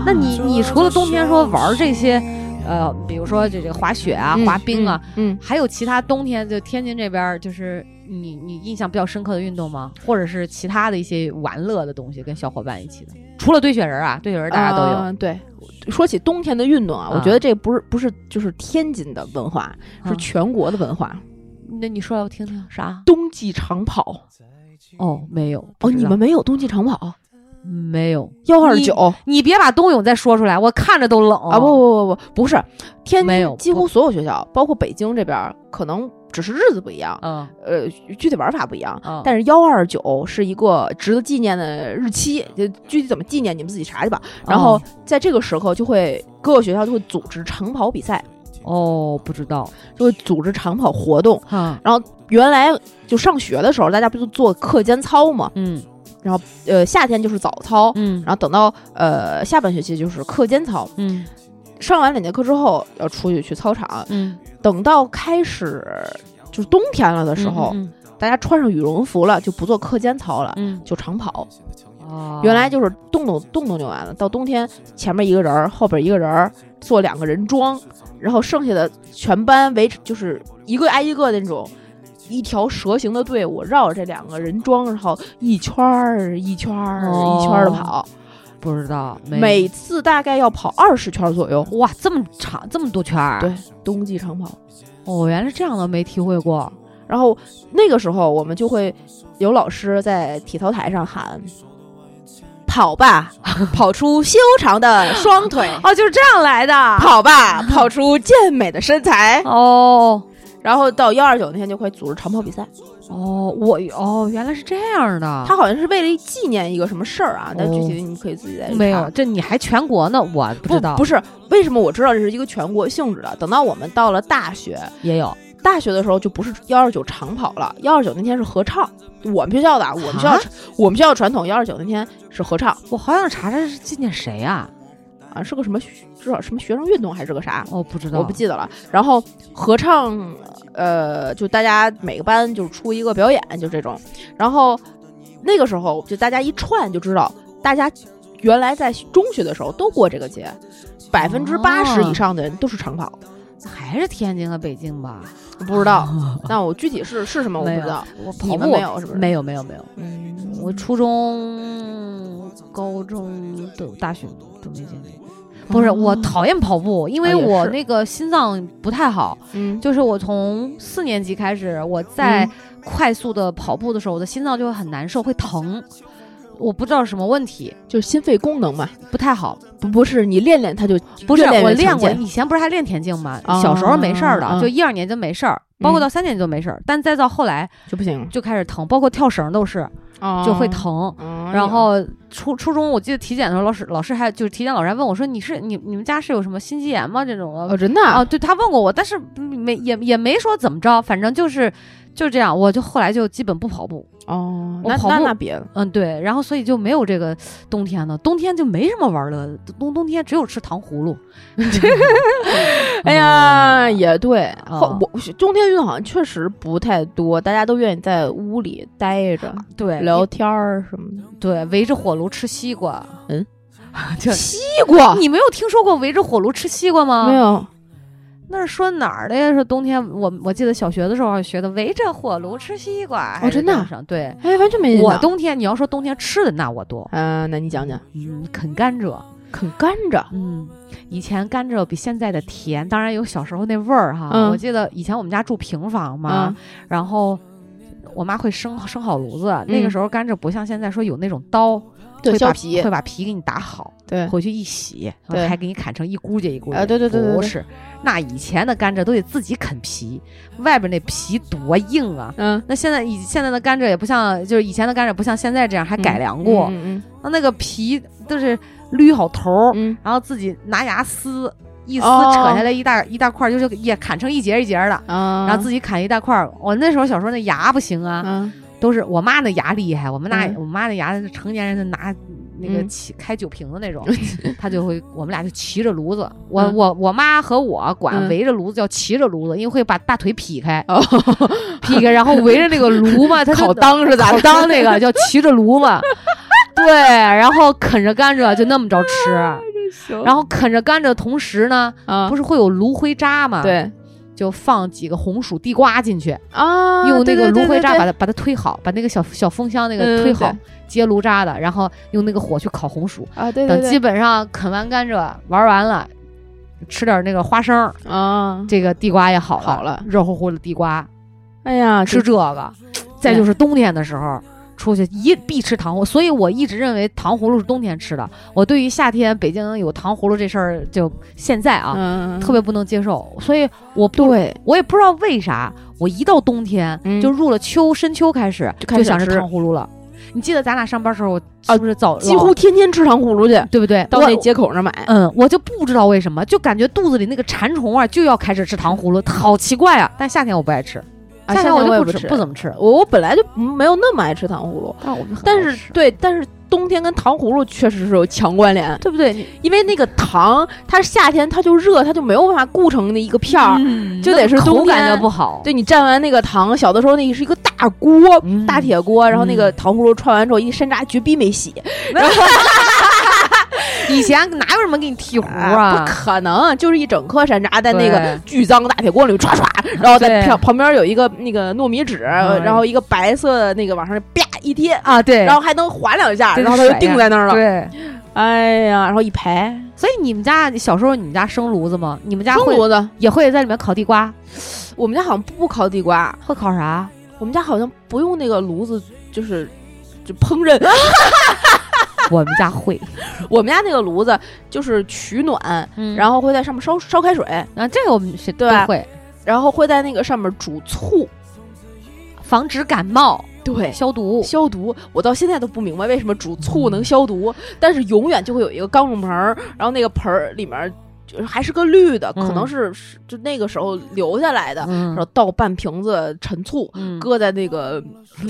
Speaker 1: 那你你除了冬天说玩这些，呃，比如说这这个滑雪啊、
Speaker 2: 嗯
Speaker 1: 滑冰啊，，
Speaker 2: 嗯，
Speaker 1: 还有其他冬天就天津这边儿就是你你印象比较深刻的运动吗？或者是其他的一些玩乐的东西，跟小伙伴一起的？除了堆雪人啊，堆雪人大家都有，
Speaker 2: 嗯对，说起冬天的运动啊，我
Speaker 1: 啊
Speaker 2: 觉得这不是不是就是天津的文化，是
Speaker 1: 嗯
Speaker 2: 全国的文化。
Speaker 1: 那你说来我听听啥？
Speaker 2: 冬季长跑
Speaker 1: 哦，没有不
Speaker 2: 哦，
Speaker 1: 知
Speaker 2: 你
Speaker 1: 道嗯
Speaker 2: 们没有冬季长跑
Speaker 1: 没有？
Speaker 2: 幺二九啊？
Speaker 1: 你别把冬泳再说出来，我看着都冷
Speaker 2: 不不不不，不是，天
Speaker 1: 没有
Speaker 2: 津几乎所有学校，包括北京这边儿，可能只是日子不一样，
Speaker 1: 嗯
Speaker 2: 呃，具体玩法不一样。
Speaker 1: 嗯，
Speaker 2: 但是幺二九是一个值得纪念的日期，就具体怎么纪念你们自己查去吧。
Speaker 1: 哦
Speaker 2: 然后在这个时候，就会各个学校就会组织长跑比赛，
Speaker 1: 哦不知道，
Speaker 2: 就会组织长跑活动。
Speaker 1: 哈
Speaker 2: 原来就上学的时候，大家不就做课间操嘛？
Speaker 1: 嗯
Speaker 2: 呃，夏天就是早操，
Speaker 1: 嗯
Speaker 2: 然后等到呃下半学期就是课间操。
Speaker 1: 嗯
Speaker 2: 上完两节课之后，要出去去操场。
Speaker 1: 嗯
Speaker 2: 等到开始就是冬天了的时候，
Speaker 1: 嗯
Speaker 2: 大家穿上羽绒服了，就不做课间操了，
Speaker 1: 嗯
Speaker 2: 就长跑。
Speaker 1: 嗯
Speaker 2: 原来就是动动动动就完了，到冬天前面一个人儿，后边一个人儿，做两个人装，然后剩下的全班围就是一个挨一个那种。一条蛇形的队伍绕着这两个人装，然后一圈儿一圈儿、
Speaker 1: 哦
Speaker 2: 一圈儿的跑，
Speaker 1: 不知道
Speaker 2: 每次大概要跑二十圈儿左右。
Speaker 1: 哇这么长这么多圈儿，
Speaker 2: 对，冬季长跑。
Speaker 1: 哦，原来是这样的，没体会过。
Speaker 2: 然后那个时候我们就会有老师在体操台上喊：“跑 吧，跑出修长的双 腿；
Speaker 1: 哦，就是这样来的。
Speaker 2: 跑吧，跑出健美的身材。
Speaker 1: 哦”
Speaker 2: 然后到幺二九那天就会组织长跑比赛，
Speaker 1: 哦，我哦原来是这样的。
Speaker 2: 他好像是为了纪念一个什么事儿啊，但具
Speaker 1: 哦
Speaker 2: 体你可以自己再去
Speaker 1: 没
Speaker 2: 查
Speaker 1: 有，这你还全国呢，我不
Speaker 2: 不
Speaker 1: 知道，
Speaker 2: 不是为什么我知道这是一个全国性质的。等到我们到了大学，
Speaker 1: 也有
Speaker 2: 大学的时候就不是幺二九长跑了，幺二九那天是合唱。我们学校的啊，我们学校
Speaker 1: 啊
Speaker 2: 我们学校传统幺二九那天是合唱
Speaker 1: 我好想查查是纪念谁啊？
Speaker 2: 啊，是个什么学知道什么学生运动还是个啥，
Speaker 1: 哦，不知道，
Speaker 2: 我不记得了。然后合唱，呃，就大家每个班就是出一个表演，就这种。然后那个时候就大家一串就知道，大家原来在中学的时候都过这个节，百分之八十
Speaker 1: 哦
Speaker 2: 以上的人都是长跑。
Speaker 1: 还是天津和北京吧？
Speaker 2: 不知 道，那我具体是是什么我不
Speaker 1: 没有
Speaker 2: 知道。
Speaker 1: 我
Speaker 2: 你
Speaker 1: 跑
Speaker 2: 们
Speaker 1: 步
Speaker 2: 没有是不是？
Speaker 1: 没有没有没有，
Speaker 2: 嗯，
Speaker 1: 我初中、高中都有大学都没经历。
Speaker 2: 不
Speaker 1: 不
Speaker 2: 是
Speaker 1: 是
Speaker 2: 我
Speaker 1: 我
Speaker 2: 讨，
Speaker 1: 讨厌跑步，因为
Speaker 2: 哦啊也
Speaker 1: 我
Speaker 2: 是
Speaker 1: 那个心脏不太好。
Speaker 2: 嗯，
Speaker 1: 就是我从四年级开始，我在快速的跑步的时候，我的心脏就会很难受，会疼。我不知道是什么问题，
Speaker 2: 就是心肺功能嘛，
Speaker 1: 不太好。
Speaker 2: 不不是你练练它就
Speaker 1: 不是
Speaker 2: 越练
Speaker 1: 我
Speaker 2: 越强
Speaker 1: 练过，
Speaker 2: 健
Speaker 1: 以前不是还练田径吗？
Speaker 2: 啊
Speaker 1: 小时候没事儿的，
Speaker 2: 啊嗯
Speaker 1: 就一二年级没事儿，包括到三年级都没事儿。但再到后来
Speaker 2: 就不行了，
Speaker 1: 就开始疼，包括跳绳都是
Speaker 2: 啊
Speaker 1: 就会疼。
Speaker 2: 哦。
Speaker 1: 然后初初中我记得体检的时候，老师老师还就是体检老师还问我说：“你是你你们家是有什么心肌炎吗？这种的
Speaker 2: 哦，真的啊
Speaker 1: 啊，对他问过我，但是嗯没也也没说怎么着，反正就是就这样，我就后来就基本不跑步，
Speaker 2: 哦，
Speaker 1: 我
Speaker 2: 那
Speaker 1: 跑
Speaker 2: 那
Speaker 1: 步
Speaker 2: 那别了，
Speaker 1: 嗯对，然后所以就没有这个冬天呢，冬天就没什么玩儿的，冬冬天只有吃糖葫芦。
Speaker 2: 哎呀，
Speaker 1: 嗯
Speaker 2: 也对。后
Speaker 1: 哦
Speaker 2: 我冬天运动好像确实不太多，大家都愿意在屋里待着
Speaker 1: 对
Speaker 2: 聊天儿什么的。
Speaker 1: 对，围着火炉吃西瓜，
Speaker 2: 嗯，
Speaker 1: 就
Speaker 2: 屁股
Speaker 1: 你没有听说过围着火炉吃西瓜吗？
Speaker 2: 没，有，
Speaker 1: 那是说哪儿的呀？说冬天，我我记得小学的时候学的围着火炉吃西瓜，还是
Speaker 2: 真的啊
Speaker 1: 上对。
Speaker 2: 哎，完全没印
Speaker 1: 我
Speaker 2: 象。
Speaker 1: 冬天，你要说冬天吃的那我多，
Speaker 2: 嗯，那你讲啊讲，
Speaker 1: 嗯，啃甘蔗，
Speaker 2: 啃甘蔗，
Speaker 1: 嗯，以前甘蔗比现在的甜，当然有小时候那味儿哈。
Speaker 2: 嗯
Speaker 1: 我记得以前我们家住平房嘛，
Speaker 2: 嗯
Speaker 1: 然后我妈会生生好炉子，那个时候甘蔗不像现在说有那种刀，
Speaker 2: 对，
Speaker 1: 会
Speaker 2: 削
Speaker 1: 把
Speaker 2: 皮
Speaker 1: 会，把皮给你打好，
Speaker 2: 对，
Speaker 1: 回去一洗，然
Speaker 2: 对
Speaker 1: 后还给你砍成一箍节一箍节。
Speaker 2: 啊对对对对
Speaker 1: 不
Speaker 2: 对
Speaker 1: 是，那以前的甘蔗都得自己啃皮，外边那皮多硬啊！
Speaker 2: 嗯，
Speaker 1: 那现在以现在的甘蔗也不像，就是以前的甘蔗不像现在这样，还
Speaker 2: 嗯
Speaker 1: 改良过，
Speaker 2: 嗯
Speaker 1: 那那个皮都是捋好头儿
Speaker 2: 嗯，嗯，
Speaker 1: 然后自己拿牙撕，一撕
Speaker 2: 哦
Speaker 1: 扯下来一大、一大块儿，就是也砍成一节一节的，
Speaker 2: 啊，
Speaker 1: 然后自己砍一大块儿。我那时候小时候那牙不行啊，
Speaker 2: 嗯
Speaker 1: 都是我妈那牙厉害，我们那、
Speaker 2: 嗯
Speaker 1: 我妈那牙成年人就拿那个
Speaker 2: 嗯
Speaker 1: 起、开酒瓶的那 种，她就会我们俩就骑着炉子，我、
Speaker 2: 嗯
Speaker 1: 我我妈和我管
Speaker 2: 嗯
Speaker 1: 围着炉子叫骑着炉子，因为会把大腿劈开
Speaker 2: 哦，
Speaker 1: 劈开，然后围着那个炉嘛，她就
Speaker 2: 烤裆是咋的
Speaker 1: 烤裆那个叫骑着炉嘛。 对，然后啃着甘蔗就那么着吃，然后啃着甘蔗的同时呢，
Speaker 2: 啊，
Speaker 1: 不是会有芦灰渣吗？，
Speaker 2: 对
Speaker 1: 就放几个红薯、地瓜进去，
Speaker 2: 啊，
Speaker 1: 用那
Speaker 2: 对
Speaker 1: 个
Speaker 2: 对
Speaker 1: 芦
Speaker 2: 对
Speaker 1: 灰
Speaker 2: 对
Speaker 1: 渣
Speaker 2: 对
Speaker 1: 把它把它推好，把那个小小风箱那个
Speaker 2: 嗯
Speaker 1: 推好，
Speaker 2: 对
Speaker 1: 接芦渣的，然后用那个火去烤红薯。
Speaker 2: 啊，对对
Speaker 1: 等基
Speaker 2: 对
Speaker 1: 本上啃完甘蔗玩完了，吃点那个花生儿，
Speaker 2: 啊，
Speaker 1: 这个地瓜也好了，
Speaker 2: 好了
Speaker 1: 热乎乎的地瓜
Speaker 2: 哎呀，
Speaker 1: 吃
Speaker 2: 这
Speaker 1: 这个。再就是冬天的时候。出去一必吃糖葫芦，所以我一直认为糖葫芦是冬天吃的。我对于夏天北京有糖葫芦这事儿，就现在啊，
Speaker 2: 嗯
Speaker 1: 特别不能接受，所以我不，
Speaker 2: 对，
Speaker 1: 我也不知道为啥，我一到冬天、
Speaker 2: 嗯
Speaker 1: 就入了秋深秋开始
Speaker 2: 就开始
Speaker 1: 想吃
Speaker 2: 吃啊
Speaker 1: 糖葫芦了。你记得咱俩上班时候，我是不是早、
Speaker 2: 几乎天天吃糖葫芦去，
Speaker 1: 对不对？
Speaker 2: 到
Speaker 1: 我
Speaker 2: 那街口那儿买。
Speaker 1: 嗯，我就不知道为什么，就感觉肚子里那个馋虫啊，就要开始吃糖葫芦，好奇怪啊！但夏天我不爱吃，
Speaker 2: 啊
Speaker 1: 夏
Speaker 2: 夏天
Speaker 1: 我
Speaker 2: 我也
Speaker 1: 就
Speaker 2: 不
Speaker 1: 吃，
Speaker 2: 吃
Speaker 1: 不怎么吃。
Speaker 2: 我我本来就没有那么爱吃糖葫芦，
Speaker 1: 但我就很
Speaker 2: 但
Speaker 1: 爱
Speaker 2: 是
Speaker 1: 吃
Speaker 2: 对，但是冬天跟糖葫芦确实是有强关联，
Speaker 1: 对不对？你
Speaker 2: 因为那个糖它夏天它就热，它就没有办法固成的一个片儿，
Speaker 1: 嗯
Speaker 2: 就得是冬
Speaker 1: 口感
Speaker 2: 天
Speaker 1: 就不好。
Speaker 2: 对你蘸完那个糖，小的时候那是一个大锅，
Speaker 1: 嗯
Speaker 2: 大铁锅，然后那个
Speaker 1: 嗯
Speaker 2: 糖葫芦串完之后一山楂绝逼没洗，
Speaker 1: 以前哪有什么给你剃胡
Speaker 2: 不
Speaker 1: 啊？
Speaker 2: 可能，就是一整颗山楂在那个
Speaker 1: 对
Speaker 2: 巨脏的大铁锅里唰唰，然后在
Speaker 1: 对
Speaker 2: 旁旁边有一个那个糯米纸，
Speaker 1: 嗯
Speaker 2: 然后一个白色的那个往上啪一贴，
Speaker 1: 啊，对
Speaker 2: 然后还能划两下，
Speaker 1: 对
Speaker 2: 然后它就
Speaker 1: 甩
Speaker 2: 定在那儿了。
Speaker 1: 对，
Speaker 2: 哎呀，然后一排
Speaker 1: 所以你们家小时候你们家生炉子吗？你们家
Speaker 2: 中
Speaker 1: 会
Speaker 2: 炉子，
Speaker 1: 也会在里面烤地瓜，
Speaker 2: 我们家好像不烤地瓜，
Speaker 1: 会烤 啥？
Speaker 2: 我们家好像不用那个炉子，就是就烹饪。
Speaker 1: 我们家会，
Speaker 2: 我们家那个炉子就是取暖，
Speaker 1: 嗯
Speaker 2: 然后会在上面烧烧开水，
Speaker 1: 然后这个我们是都
Speaker 2: 对
Speaker 1: 会，
Speaker 2: 然后会在那个上面煮醋，
Speaker 1: 防止感冒、
Speaker 2: 对。
Speaker 1: 消毒。
Speaker 2: 消毒，我到现在都不明白为什么煮
Speaker 1: 嗯
Speaker 2: 醋能消毒，但是永远就会有一个钢种盆儿，然后那个盆儿里面就是还是个绿的，
Speaker 1: 嗯
Speaker 2: 可能是是就那个时候留下来的，
Speaker 1: 嗯
Speaker 2: 然后倒半瓶子陈醋，
Speaker 1: 嗯
Speaker 2: 搁在那个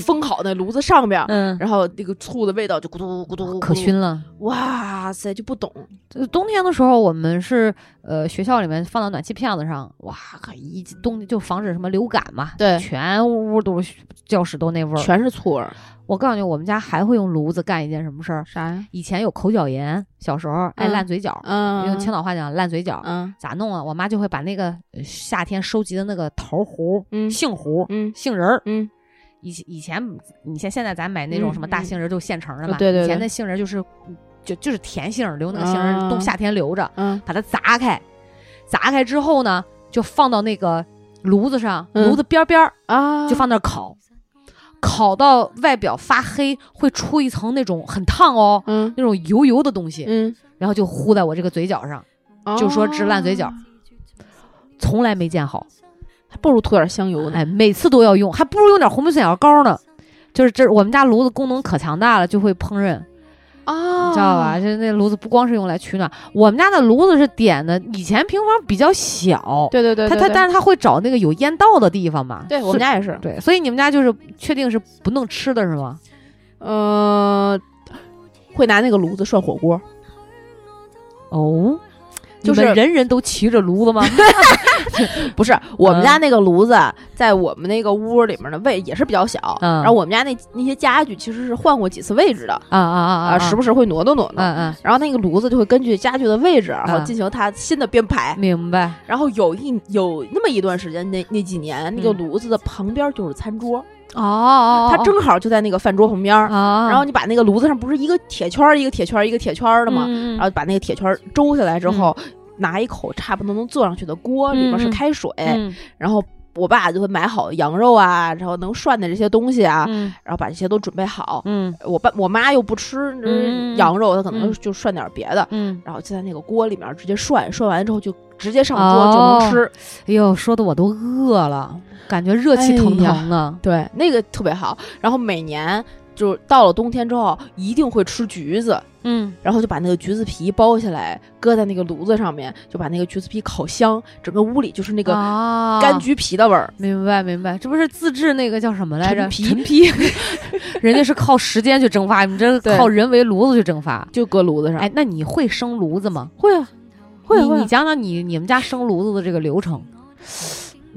Speaker 2: 封好的炉子上边儿，
Speaker 1: 嗯，
Speaker 2: 然后那个醋的味道就咕嘟咕嘟咕嘟，
Speaker 1: 可熏了。
Speaker 2: 哇塞，就不懂，
Speaker 1: 就呃冬天的时候，我们是呃学校里面放到暖气片子上，哇，可一冬就防止什么流感嘛。
Speaker 2: 对
Speaker 1: 全屋都是教室都那味儿。
Speaker 2: 全是醋味儿，
Speaker 1: 我告诉你，我们家还会用炉子干一件什么事儿？
Speaker 2: 啥呀？
Speaker 1: 以前有口角炎，小时候爱
Speaker 2: 嗯
Speaker 1: 烂嘴角，
Speaker 2: 嗯，
Speaker 1: 用青岛话讲烂嘴角。
Speaker 2: 嗯
Speaker 1: 咋弄啊？我妈就会把那个呃夏天收集的那个桃核、
Speaker 2: 嗯
Speaker 1: 杏核、
Speaker 2: 嗯
Speaker 1: 杏仁儿，
Speaker 2: 嗯，
Speaker 1: 以前以前你像现在咱买那种
Speaker 2: 嗯
Speaker 1: 什么大杏仁儿就现成的嘛，
Speaker 2: 嗯对对对
Speaker 1: 以前那杏仁儿就是就就是甜杏儿，留那个杏仁儿
Speaker 2: 啊
Speaker 1: 冬夏天留着，
Speaker 2: 嗯
Speaker 1: 把它砸开，砸开之后呢，就放到那个炉子上，
Speaker 2: 嗯
Speaker 1: 炉子边儿边儿
Speaker 2: 啊，
Speaker 1: 就放那儿烤，烤到外表发黑，会出一层那种很烫哦，
Speaker 2: 嗯
Speaker 1: 那种油油的东西，
Speaker 2: 嗯，
Speaker 1: 然后就糊在我这个嘴角上，就说治烂嘴角
Speaker 2: 哦，
Speaker 1: 从来没见好，
Speaker 2: 还不如涂点香油呢。
Speaker 1: 哎，每次都要用，还不如用点红梅粉小膏呢。就是这，我们家炉子功能可强大了，就会烹饪，
Speaker 2: 啊，
Speaker 1: 你知道吧？？就是那炉子不光是用来取暖，我们家的炉子是点的，以前平房比较小，
Speaker 2: 哦对对对，
Speaker 1: 它
Speaker 2: 对
Speaker 1: 它
Speaker 2: 对
Speaker 1: 但是它会找那个有烟道的地方嘛。
Speaker 2: 对我们家也是，
Speaker 1: 对，所以你们家就是确定是不弄吃的是吗？
Speaker 2: 呃，会拿那个炉子涮火锅，
Speaker 1: 哦，
Speaker 2: 就是
Speaker 1: 你们人人都骑着炉子吗？
Speaker 2: 不是我们家那个炉子，在我们那个屋里面的位也是比较小，
Speaker 1: 嗯
Speaker 2: 然后我们家那那些家具其实是换过几次位置的，
Speaker 1: 啊啊啊
Speaker 2: 啊，时
Speaker 1: 不？
Speaker 2: 不时会挪动挪
Speaker 1: 嗯
Speaker 2: 动。
Speaker 1: 嗯，
Speaker 2: 然后那个炉子就会根据家具的位置，然后进行它新的编排。
Speaker 1: 明白。
Speaker 2: 然后有一有那么一段时间，那那几年，那个炉子的旁边就是餐桌，
Speaker 1: 哦哦，
Speaker 2: 它正好就在那个饭桌旁边。
Speaker 1: 啊，
Speaker 2: 然后你把那个炉子上不是一个铁圈儿一个铁圈儿一个铁圈儿的吗？
Speaker 1: 嗯
Speaker 2: 然后把那个铁圈儿周下来之后，拿一口差不多能坐上去的锅，里面是
Speaker 1: 嗯嗯
Speaker 2: 开水，
Speaker 1: 嗯
Speaker 2: 然后我爸就会买好羊肉啊，然后能涮的这些东西啊，
Speaker 1: 嗯
Speaker 2: 然后把这些都准备好。
Speaker 1: 嗯
Speaker 2: 我爸我妈又不吃
Speaker 1: 嗯
Speaker 2: 羊肉，她可能
Speaker 1: 嗯
Speaker 2: 就涮点别的，
Speaker 1: 嗯，
Speaker 2: 然后就在那个锅里面直接涮，涮完之后就直接上桌就能吃。
Speaker 1: 哎呦，说的我都饿了，感觉热气腾啊腾的。
Speaker 2: 对，那个特别好。然后每年就是到了冬天之后，一定会吃橘子。
Speaker 1: 嗯，
Speaker 2: 然后就把那个橘子皮剥下来，搁在那个炉子上面，就把那个橘子皮烤香，整个屋里就是那
Speaker 1: 这个
Speaker 2: 个
Speaker 1: 啊
Speaker 2: 柑。橘皮的味儿。
Speaker 1: 明白明白，这不是自制那个叫什么来着？
Speaker 2: 陈
Speaker 1: 皮，人家是靠时间去蒸发，你这
Speaker 2: 对
Speaker 1: 是靠人为炉子去蒸发。
Speaker 2: 就搁炉子上，
Speaker 1: 哎，那你会生炉子吗？
Speaker 2: 会啊，会啊
Speaker 1: 你
Speaker 2: 会
Speaker 1: 你
Speaker 2: 啊。
Speaker 1: 讲讲你你们家生炉子的这个流程。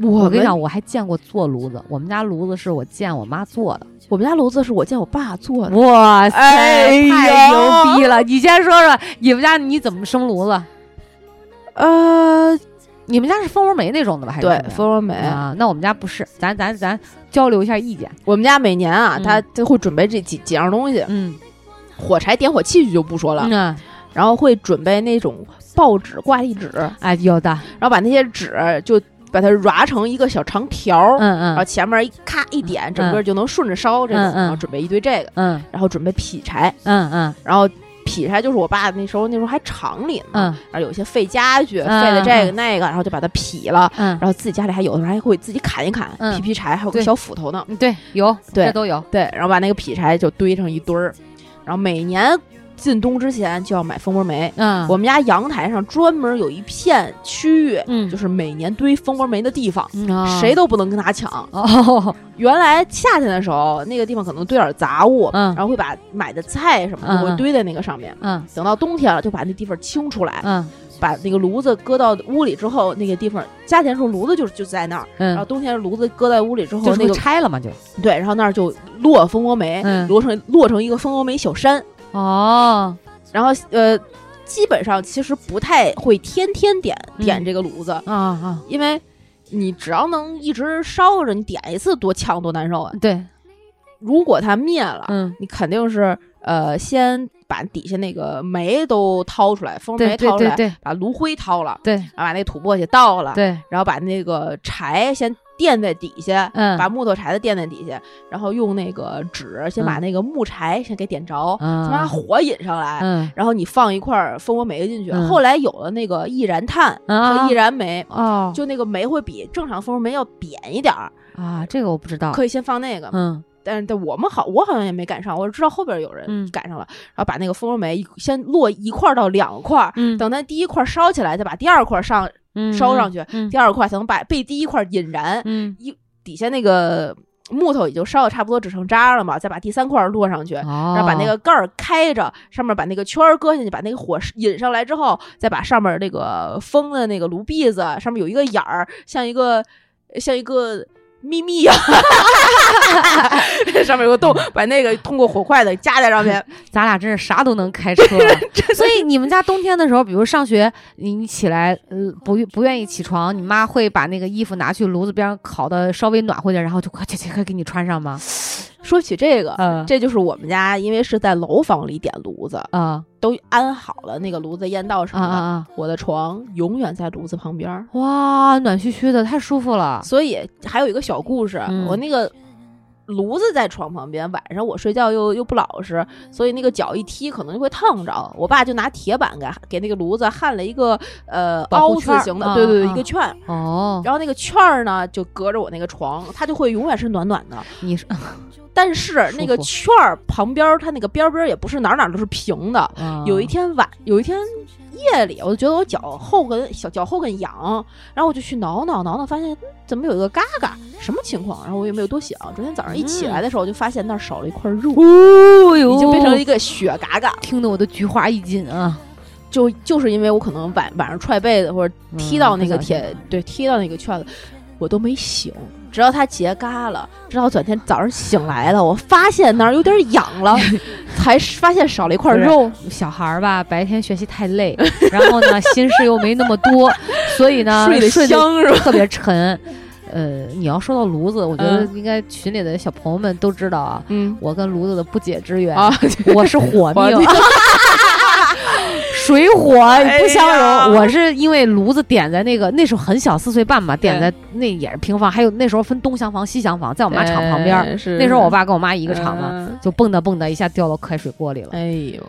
Speaker 2: 我
Speaker 1: 我跟你
Speaker 2: 们
Speaker 1: 讲，我还见过做炉子，我们家炉子是我见我妈做的。
Speaker 2: 我们家炉子是我见我爸做的，
Speaker 1: 哇塞，哎
Speaker 2: 哎
Speaker 1: 太
Speaker 2: 呦
Speaker 1: 牛逼了！你先说说你们家你怎么生炉子？
Speaker 2: 呃，
Speaker 1: 你们家是蜂窝煤那种的吧？还是
Speaker 2: 对
Speaker 1: 什，么呀
Speaker 2: 蜂窝煤。
Speaker 1: 啊？那我们家不是，咱咱咱交流一下意见。
Speaker 2: 我们家每年啊，
Speaker 1: 嗯
Speaker 2: 他他会准备这几几样东西，
Speaker 1: 嗯，
Speaker 2: 火柴、点火器具就不说了，
Speaker 1: 嗯
Speaker 2: 然后会准备那种报纸、挂历纸，然
Speaker 1: 啊，有的，
Speaker 2: 后把那些纸就把它揉成一个小长条儿，
Speaker 1: 嗯
Speaker 2: 然后
Speaker 1: 嗯
Speaker 2: 前面一咔一点，整个就能顺着烧这种，
Speaker 1: 嗯嗯
Speaker 2: 然后准备一堆这个，
Speaker 1: 嗯
Speaker 2: 然后准备劈柴，
Speaker 1: 嗯嗯
Speaker 2: 然后劈柴就是我爸那时候那时候还厂里呢，
Speaker 1: 嗯
Speaker 2: 然后有些废家具，
Speaker 1: 嗯
Speaker 2: 废的这个
Speaker 1: 嗯
Speaker 2: 那个，然后就把它劈了。
Speaker 1: 嗯
Speaker 2: 然后自己家里还有的时候还会自己砍一砍，
Speaker 1: 嗯
Speaker 2: 劈劈柴，还有个
Speaker 1: 对
Speaker 2: 小斧头呢。
Speaker 1: 嗯，对，有，
Speaker 2: 对
Speaker 1: 这都有。
Speaker 2: 对，然后把那个劈柴就堆成一堆儿，然后每年进冬之前就要买蜂窝煤。
Speaker 1: 嗯，
Speaker 2: 我们家阳台上专门有一片区域，
Speaker 1: 嗯
Speaker 2: 就是每年堆蜂窝煤的地方，
Speaker 1: 嗯啊
Speaker 2: 谁都不能跟他抢。
Speaker 1: 哦，
Speaker 2: 原来夏天的时候，那个地方可能堆点杂物，
Speaker 1: 嗯
Speaker 2: 然后会把买的菜什么的
Speaker 1: 嗯
Speaker 2: 会
Speaker 1: 嗯
Speaker 2: 堆在那个上面。
Speaker 1: 嗯
Speaker 2: 等到冬天了，就把那地方清出来，
Speaker 1: 嗯
Speaker 2: 把那个炉子搁到屋里之后，那个地方夏天时候炉子就就在那儿，然后
Speaker 1: 嗯，
Speaker 2: 冬天炉子搁在屋里之后
Speaker 1: 就，是
Speaker 2: 那
Speaker 1: 会
Speaker 2: 个
Speaker 1: 拆了嘛就
Speaker 2: 对，然后那儿就落蜂窝煤，
Speaker 1: 嗯
Speaker 2: 落成落成一个蜂窝煤小山。
Speaker 1: 哦，
Speaker 2: 然后呃，基本上其实不太会天天点
Speaker 1: 嗯
Speaker 2: 点这个炉子，
Speaker 1: 啊啊，
Speaker 2: 因为你只要能一直烧着，你点一次多呛多难受啊！
Speaker 1: 对，
Speaker 2: 如果它灭了，
Speaker 1: 嗯，
Speaker 2: 你肯定是呃先把底下那个煤都掏出来，蜂窝
Speaker 1: 对
Speaker 2: 煤
Speaker 1: 对
Speaker 2: 掏出
Speaker 1: 对
Speaker 2: 来，啊
Speaker 1: 对
Speaker 2: 把炉灰掏了，啊
Speaker 1: 对
Speaker 2: 然后把那土簸箕倒了，
Speaker 1: 对，
Speaker 2: 然后把那个柴先垫在底下。
Speaker 1: 嗯，
Speaker 2: 把木头柴子垫在底下，然后用那个纸先把
Speaker 1: 嗯
Speaker 2: 那个木柴先给点着，先把
Speaker 1: 嗯
Speaker 2: 火引上来，
Speaker 1: 嗯
Speaker 2: 然后你放一块蜂窝煤进去。
Speaker 1: 嗯
Speaker 2: 后来有了那个易燃炭
Speaker 1: 啊
Speaker 2: 和易燃煤，
Speaker 1: 哦
Speaker 2: 就那个煤会比正常蜂窝煤要扁一点儿，
Speaker 1: 啊，这个我不知道，
Speaker 2: 可以先放那个。
Speaker 1: 嗯
Speaker 2: 但是但我们好，我好像也没赶上，我知道后边有人
Speaker 1: 嗯
Speaker 2: 赶上了，然后把那个蜂窝煤一先落一块儿到两块儿，
Speaker 1: 嗯
Speaker 2: 等它第一块儿烧起来，再把第二块儿上，
Speaker 1: 嗯
Speaker 2: 烧上去
Speaker 1: 嗯
Speaker 2: 第二块儿才能把被第一块儿引燃，
Speaker 1: 嗯，
Speaker 2: 底下那个木头也就烧的差不多只剩渣了嘛，再把第三块儿落上去，
Speaker 1: 然
Speaker 2: 然后把那个盖儿开着，上面把那个圈儿搁进去，把那个火引上来之后，再把上面那个封的那个炉篦子上面有一个眼儿，像一个像一个咪咪呀、 上面有个洞，把那个通过火筷子夹在上面。
Speaker 1: 咱俩真是啥都能开车了 所以你们家冬天的时候，比如上学，你你起来，呃，不不愿意起床，你妈会把那个衣服拿去炉子边上烤的稍微暖和点，然后就快快快快给你穿上吗？
Speaker 2: 说起这个。
Speaker 1: 嗯
Speaker 2: 呃这就是我们家，因为是在楼房里点炉子，
Speaker 1: 啊
Speaker 2: 都安好了那个炉子、烟道什
Speaker 1: 啊
Speaker 2: 么的。
Speaker 1: 啊啊！
Speaker 2: 我的床永远在炉子旁边儿，
Speaker 1: 嗯哇，暖虚虚的，太舒服了。
Speaker 2: 所以还有一个小故事，
Speaker 1: 啊嗯
Speaker 2: 我那个炉子在床旁边，晚上我睡觉又又不老实，所以那个脚一踢可能就会烫着。我爸就拿铁板给给那个炉子焊了一个呃
Speaker 1: 保
Speaker 2: 凹
Speaker 1: 护圈
Speaker 2: 字形的，
Speaker 1: 啊
Speaker 2: 对对对，
Speaker 1: 啊
Speaker 2: 一个圈。
Speaker 1: 哦，
Speaker 2: 然后那个圈儿呢，就隔着我那个床，它就会永远是暖暖的。
Speaker 1: 你是
Speaker 2: 但是那个
Speaker 1: 舒服
Speaker 2: 圈儿旁边儿，它那个边儿边儿也不是哪儿哪儿都是平的。
Speaker 1: 嗯
Speaker 2: 有一，天晚，有一天夜里，我就觉得我脚后跟小脚后跟痒，然后我就去挠挠挠挠，发现嗯怎么有一个嘎嘎，什么情况？然后我也没有多想。昨天早上一起来的时候，我就发现那儿少了一块肉，
Speaker 1: 哦哟，
Speaker 2: 已经变成了一个血嘎嘎。
Speaker 1: 听得我都菊花一紧啊！
Speaker 2: 就就是因为我可能晚晚上踹被子或者
Speaker 1: 嗯
Speaker 2: 踢到那个
Speaker 1: 不小心
Speaker 2: 铁，对，踢到那个圈子，我都没醒。直到它结嘎了，直到昨天早上醒来了，我发现那儿有点痒 了，才发现少了一块
Speaker 1: 不是
Speaker 2: 肉。
Speaker 1: 小孩儿吧，白天学习太累，然后呢，心事又没那么多，所以呢，
Speaker 2: 睡得
Speaker 1: 啊睡
Speaker 2: 香是吧
Speaker 1: 特别沉。呃，你要说到炉子，我觉得
Speaker 2: 嗯
Speaker 1: 应该群里的小朋友们都知道啊，
Speaker 2: 嗯
Speaker 1: 我跟炉子的不解之缘，
Speaker 2: 啊，
Speaker 1: 我是 火
Speaker 2: 我
Speaker 1: 命，水火不相容。
Speaker 2: 哎呀
Speaker 1: 我是因为炉子点在那个那时候很小，四岁半吧，
Speaker 2: 嗯
Speaker 1: 点在那也是平房，还有那时候分东厢房、西厢房，在我妈厂旁边儿。
Speaker 2: 哎是
Speaker 1: 那时候我爸跟我妈一
Speaker 2: 一
Speaker 1: 个厂嘛，，就蹦跶蹦跶一下掉到开水锅里了。
Speaker 2: 哎呦，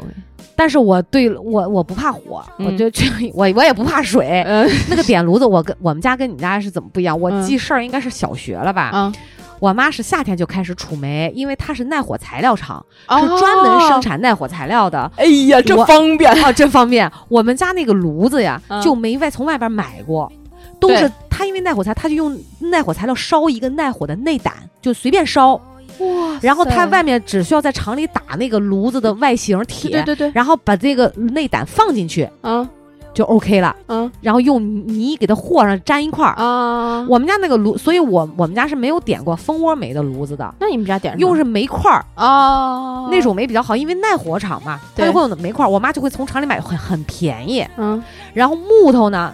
Speaker 1: 但是我对我我不怕火，
Speaker 2: 嗯
Speaker 1: 我就去 我我也不怕水。
Speaker 2: 嗯
Speaker 1: 那个点炉子，我跟我们家跟你们家是怎么不一样？我
Speaker 2: 嗯
Speaker 1: 记事儿应该是小学了吧？
Speaker 2: 啊，
Speaker 1: 我妈是夏天就开始储煤，因为她是耐火材料厂，
Speaker 2: 是
Speaker 1: 是专门生。产耐火材料 的。
Speaker 2: 哦哎呀，
Speaker 1: 这
Speaker 2: 这方便，
Speaker 1: 哦，真方便。我们家那个炉子呀，
Speaker 2: 嗯
Speaker 1: 就没外从外边买过，都
Speaker 2: 对
Speaker 1: 是她因为耐火材，她就用耐火材料烧一个耐火的内胆，就随便烧。
Speaker 2: 哇
Speaker 1: 然后她
Speaker 2: 塞
Speaker 1: 外面只需要在厂里打那个炉子的外形铁，
Speaker 2: 对对对，
Speaker 1: 然后把这个内胆放进去
Speaker 2: 啊
Speaker 1: 就 OK 了，
Speaker 2: 啊
Speaker 1: 然后用泥给它和上粘一块儿。
Speaker 2: 啊！
Speaker 1: 我们家那个炉，所以我我们家是没有点过蜂窝煤的炉子的，
Speaker 2: 那你们家点什么
Speaker 1: 用是煤块儿、哦
Speaker 2: 啊
Speaker 1: 那种煤比较好，因为耐火厂嘛，它
Speaker 2: 对
Speaker 1: 就会有煤块儿。我妈就会从厂里买，很很便宜。
Speaker 2: 嗯
Speaker 1: 然后木头呢，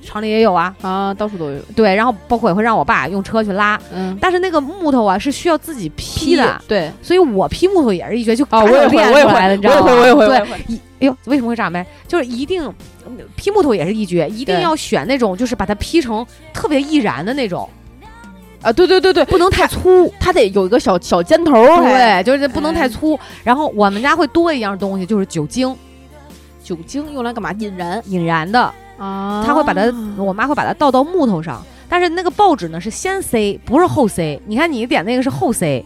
Speaker 1: 厂里也有啊，
Speaker 2: 啊，到处都有，
Speaker 1: 对，然后包括也会让我爸用车去拉，
Speaker 2: 嗯，
Speaker 1: 但是那个木头啊是需要自己劈的。
Speaker 2: 对
Speaker 1: 所以我劈木头也是一绝，就
Speaker 2: 啊，我也会，
Speaker 1: 练
Speaker 2: 我也
Speaker 1: 出来的，
Speaker 2: 会
Speaker 1: 你，知道吗？
Speaker 2: 我也会，我
Speaker 1: 对
Speaker 2: 也，会，
Speaker 1: 一，哎呦，为什么会炸麦？就是一定嗯劈木头也是一绝，一定
Speaker 2: 对
Speaker 1: 要选那种就是把它劈成特别易燃的那种，
Speaker 2: 啊，对对对对，
Speaker 1: 不能太粗。
Speaker 2: 它得有一个小小尖头儿，还
Speaker 1: 对，就是不能
Speaker 2: 嗯
Speaker 1: 太粗。然后我们家会多一样东西，就是酒精
Speaker 2: 酒精用来干嘛？引燃
Speaker 1: 引燃的，
Speaker 2: 啊
Speaker 1: 她会把它，我妈会把它倒到木头上。但是那个报纸呢是先塞，不是后塞。你看你点那个是后塞，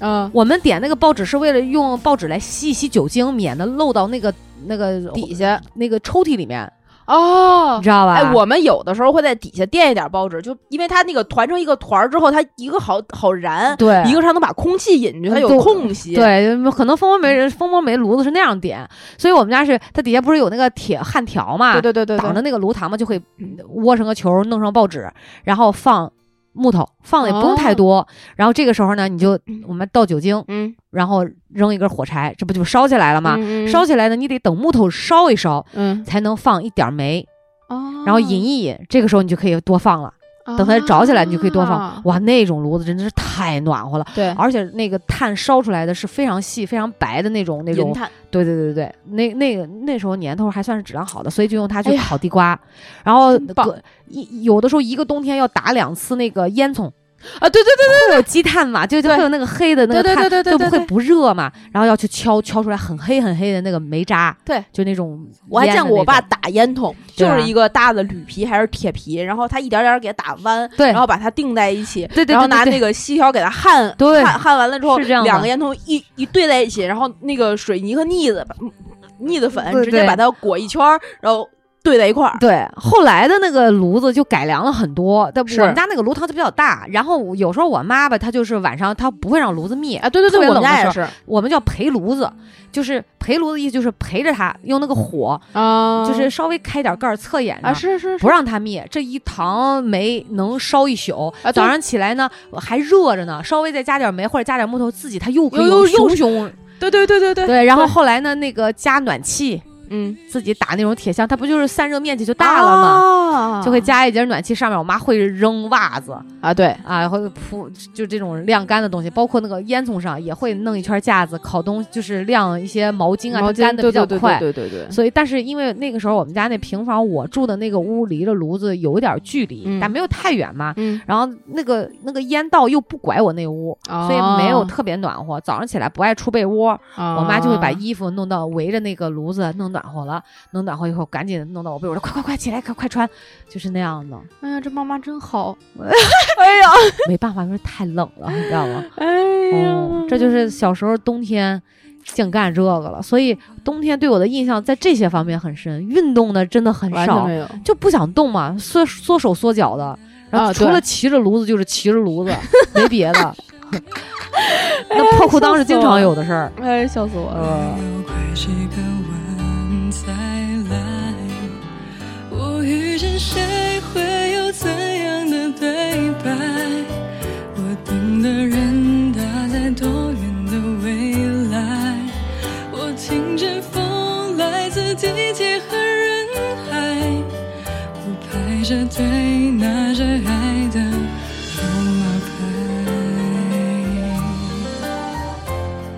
Speaker 2: 嗯，
Speaker 1: 我们点那个报纸是为了用报纸来吸一吸酒精，免得漏到那个那个
Speaker 2: 底下
Speaker 1: 那个抽屉里面，
Speaker 2: 哦
Speaker 1: 你，知道吧？
Speaker 2: 哎，我们有的时候会在底下垫一点报纸，就因为它那个团成一个团儿之后，它一个好好燃，
Speaker 1: 对
Speaker 2: 一个是它能把空气引进去，它有
Speaker 1: 对
Speaker 2: 空隙。，
Speaker 1: 对，可能蜂窝煤人蜂窝煤炉子是那样点，所以我们家是它底下不是有那个铁焊条嘛，
Speaker 2: 对对对对
Speaker 1: 挡着
Speaker 2: 对，
Speaker 1: 啊那个炉膛嘛，就会嗯窝成个球，弄上报纸，然后放木头，放的也不用
Speaker 2: 哦
Speaker 1: 太多。然后这个时候呢，你就我们倒酒精，
Speaker 2: 嗯，
Speaker 1: 然后扔一根火柴，这不就烧起来了吗？
Speaker 2: 嗯，
Speaker 1: 烧起来呢，你得等木头烧一烧，
Speaker 2: 嗯，
Speaker 1: 才能放一点煤，
Speaker 2: 哦，
Speaker 1: 然后引一引，这个时候你就可以多放了。等它着起来，你就可以多放
Speaker 2: 啊。
Speaker 1: 哇，那种炉子真的是太暖和了，
Speaker 2: 对，
Speaker 1: 而且那个炭烧出来的是非常细、非常白的那种那种
Speaker 2: 银炭
Speaker 1: 对对对对对，那那个那时候年头还算是质量好的，所以就用它
Speaker 2: 哎
Speaker 1: 去
Speaker 2: 呀
Speaker 1: 烤地瓜，然后
Speaker 2: 真棒
Speaker 1: 隔一有的时候一个冬天要打两次那个烟囱，
Speaker 2: 啊，对对对
Speaker 1: 会有积碳嘛，就就
Speaker 2: 对
Speaker 1: 会有那个黑的那个
Speaker 2: 对
Speaker 1: 碳，
Speaker 2: 对对对对
Speaker 1: 就不
Speaker 2: 对
Speaker 1: 会不热嘛，然后要去敲敲出来很黑很黑的那个煤渣，
Speaker 2: 对，
Speaker 1: 就那种
Speaker 2: 我还
Speaker 1: 烟的
Speaker 2: 见过我
Speaker 1: 那
Speaker 2: 爸
Speaker 1: 种
Speaker 2: 打烟筒，就
Speaker 1: 对啊
Speaker 2: 是一个大的铝皮还是铁皮，然后他一点点给它打弯，
Speaker 1: 对
Speaker 2: 然后把它钉在一起，
Speaker 1: 对对对
Speaker 2: 然后拿
Speaker 1: 对对
Speaker 2: 那个锡条给它焊，
Speaker 1: 对
Speaker 2: 焊焊完了之后，
Speaker 1: 是这样的
Speaker 2: 两个烟筒一一对在一起，然后那个水泥和腻子把嗯腻子粉
Speaker 1: 对对
Speaker 2: 直接把它裹一圈儿，然后兑在一块儿。
Speaker 1: 对，后来的那个炉子就改良了很多，但
Speaker 2: 是
Speaker 1: 我们家那个炉膛就比较大，然后有时候我妈吧，她就是晚上她不会让炉子灭，
Speaker 2: 啊，对对
Speaker 1: 特
Speaker 2: 对，
Speaker 1: 别
Speaker 2: 我们
Speaker 1: 冷的
Speaker 2: 家
Speaker 1: 时
Speaker 2: 也
Speaker 1: 候
Speaker 2: 是
Speaker 1: 我们叫陪炉子，就是陪炉子意思就是陪着它，用那个火，
Speaker 2: 啊
Speaker 1: 就是稍微开点盖儿侧眼着。
Speaker 2: 啊，是是是
Speaker 1: 不让它灭，这一堂煤能烧一宿。
Speaker 2: 啊对
Speaker 1: 早上起来呢还热着呢，稍微再加点煤或者加点木头，自己它又可以
Speaker 2: 又
Speaker 1: 有
Speaker 2: 又又
Speaker 1: 熊熊。
Speaker 2: 对对对对对，
Speaker 1: 对，然后后来呢，那个加暖气，
Speaker 2: 嗯，
Speaker 1: 自己打那种铁箱，它不就是散热面积就大
Speaker 2: 大
Speaker 1: 了
Speaker 2: 了
Speaker 1: 吗？
Speaker 2: 嘛，
Speaker 1: 就会加一节暖气，上面我妈会扔袜子
Speaker 2: 啊，对，
Speaker 1: 啊，会铺就这种晾干的东西，包括那个烟囱上也会弄一圈架子烤东，就是晾一些毛巾啊，
Speaker 2: 毛
Speaker 1: 它
Speaker 2: 巾
Speaker 1: 干的比较
Speaker 2: 对对对
Speaker 1: 快。
Speaker 2: 对对对对，
Speaker 1: 所以，但是因为那个时候我们家那平房，我住的那个屋离着炉子有一点距离，
Speaker 2: 嗯
Speaker 1: 但没有太远嘛。
Speaker 2: 嗯，
Speaker 1: 然后那个那个烟道又不拐我那屋，所以没有
Speaker 2: 哦
Speaker 1: 特别暖和。早上起来不爱出被窝，
Speaker 2: 啊，
Speaker 1: 我
Speaker 2: 我
Speaker 1: 妈就会把衣服弄到围着那个炉子弄暖和了，弄暖和以后赶紧弄到我被窝里，快快快起来，快快穿，就是那样的。
Speaker 2: 哎呀，这妈妈真 好！
Speaker 1: 没办法，因为太冷了，你知道吗？
Speaker 2: 哎
Speaker 1: 嗯，这就是小时候冬天净干这个了，所以冬天对我的印象在这些方面很深。运动呢，真的很
Speaker 2: 完全
Speaker 1: 少
Speaker 2: 没，有。
Speaker 1: 就不想动嘛，缩缩手缩脚的。然后
Speaker 2: 啊
Speaker 1: 除
Speaker 2: 对
Speaker 1: 了骑着炉子就是骑着 炉子，没别的。那破裤裆是经常有的事儿。
Speaker 2: 哎，笑死我了！
Speaker 3: 又快几个晚才来，我遇见谁会有怎样的对白？我等的人他在多远的未来？我听见风来自地铁和人海，我排着队拿着爱的号码牌。